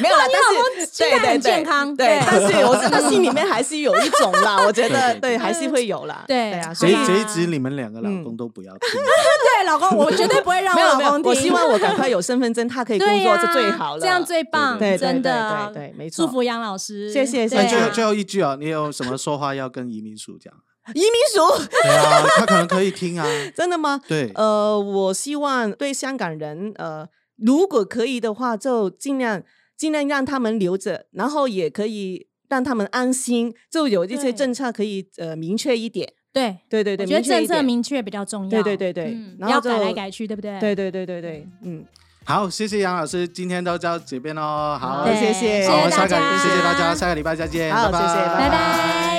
Speaker 3: 没有啦，但是
Speaker 2: 心态
Speaker 3: 对对
Speaker 2: 很
Speaker 3: 对，
Speaker 2: 健康
Speaker 3: 对
Speaker 2: 对，
Speaker 3: 但是我 真的心里面还是有一种 啦，我
Speaker 1: 对
Speaker 3: 觉得
Speaker 1: 对
Speaker 3: 对，
Speaker 1: 对
Speaker 3: 还是会有啦。
Speaker 2: 对
Speaker 3: 对啊，
Speaker 1: 这
Speaker 3: 所以
Speaker 2: 好
Speaker 1: 一
Speaker 2: 啦
Speaker 1: 这一集你们两个老公都不要听。
Speaker 2: 对老公，我绝对不会让
Speaker 3: 没
Speaker 2: 我
Speaker 3: 有
Speaker 2: 老
Speaker 3: 没有
Speaker 2: 公，听。
Speaker 3: 我希望我赶快有身份证，他可以工
Speaker 2: 对
Speaker 3: 作
Speaker 2: 呀，
Speaker 3: 是最好了，
Speaker 2: 这样最棒，
Speaker 3: 对对
Speaker 2: 真的，
Speaker 3: 对对对对没错
Speaker 2: 祝福杨老师，
Speaker 3: 谢谢
Speaker 2: 对
Speaker 1: 那
Speaker 2: 啊
Speaker 1: 最后最后一句啊，你有什么说话要跟移民署讲？
Speaker 3: 移民署
Speaker 1: 对啊，他可能可以听啊。
Speaker 3: 真的吗？
Speaker 1: 对，
Speaker 3: 呃，我希望对香港人，呃，如果可以的话，就尽量尽量让他们留着，然后也可以让他们安心，就有一些
Speaker 2: 对
Speaker 3: 政策可以呃明确一点。
Speaker 2: 对，
Speaker 3: 对对
Speaker 2: 我
Speaker 3: 对，
Speaker 2: 觉得
Speaker 3: 明确
Speaker 2: 政
Speaker 3: 一
Speaker 2: 策
Speaker 3: 点
Speaker 2: 明确比较重要。
Speaker 3: 对对对对
Speaker 2: 嗯
Speaker 3: 然
Speaker 2: 要
Speaker 3: 后
Speaker 2: 改来
Speaker 3: 就
Speaker 2: 改去，对不对？
Speaker 3: 对对对对对，嗯，
Speaker 1: 好，谢谢杨老师，今天都到这边喽。好，
Speaker 3: 对
Speaker 1: 好
Speaker 3: 谢谢
Speaker 2: 谢
Speaker 1: 我
Speaker 2: 谢
Speaker 1: 们
Speaker 2: 大
Speaker 1: 下个
Speaker 2: 家，
Speaker 1: 嗯谢谢大家，下个礼拜再见，
Speaker 3: 好
Speaker 1: 拜
Speaker 3: 谢谢
Speaker 2: 拜
Speaker 3: 拜
Speaker 2: 拜。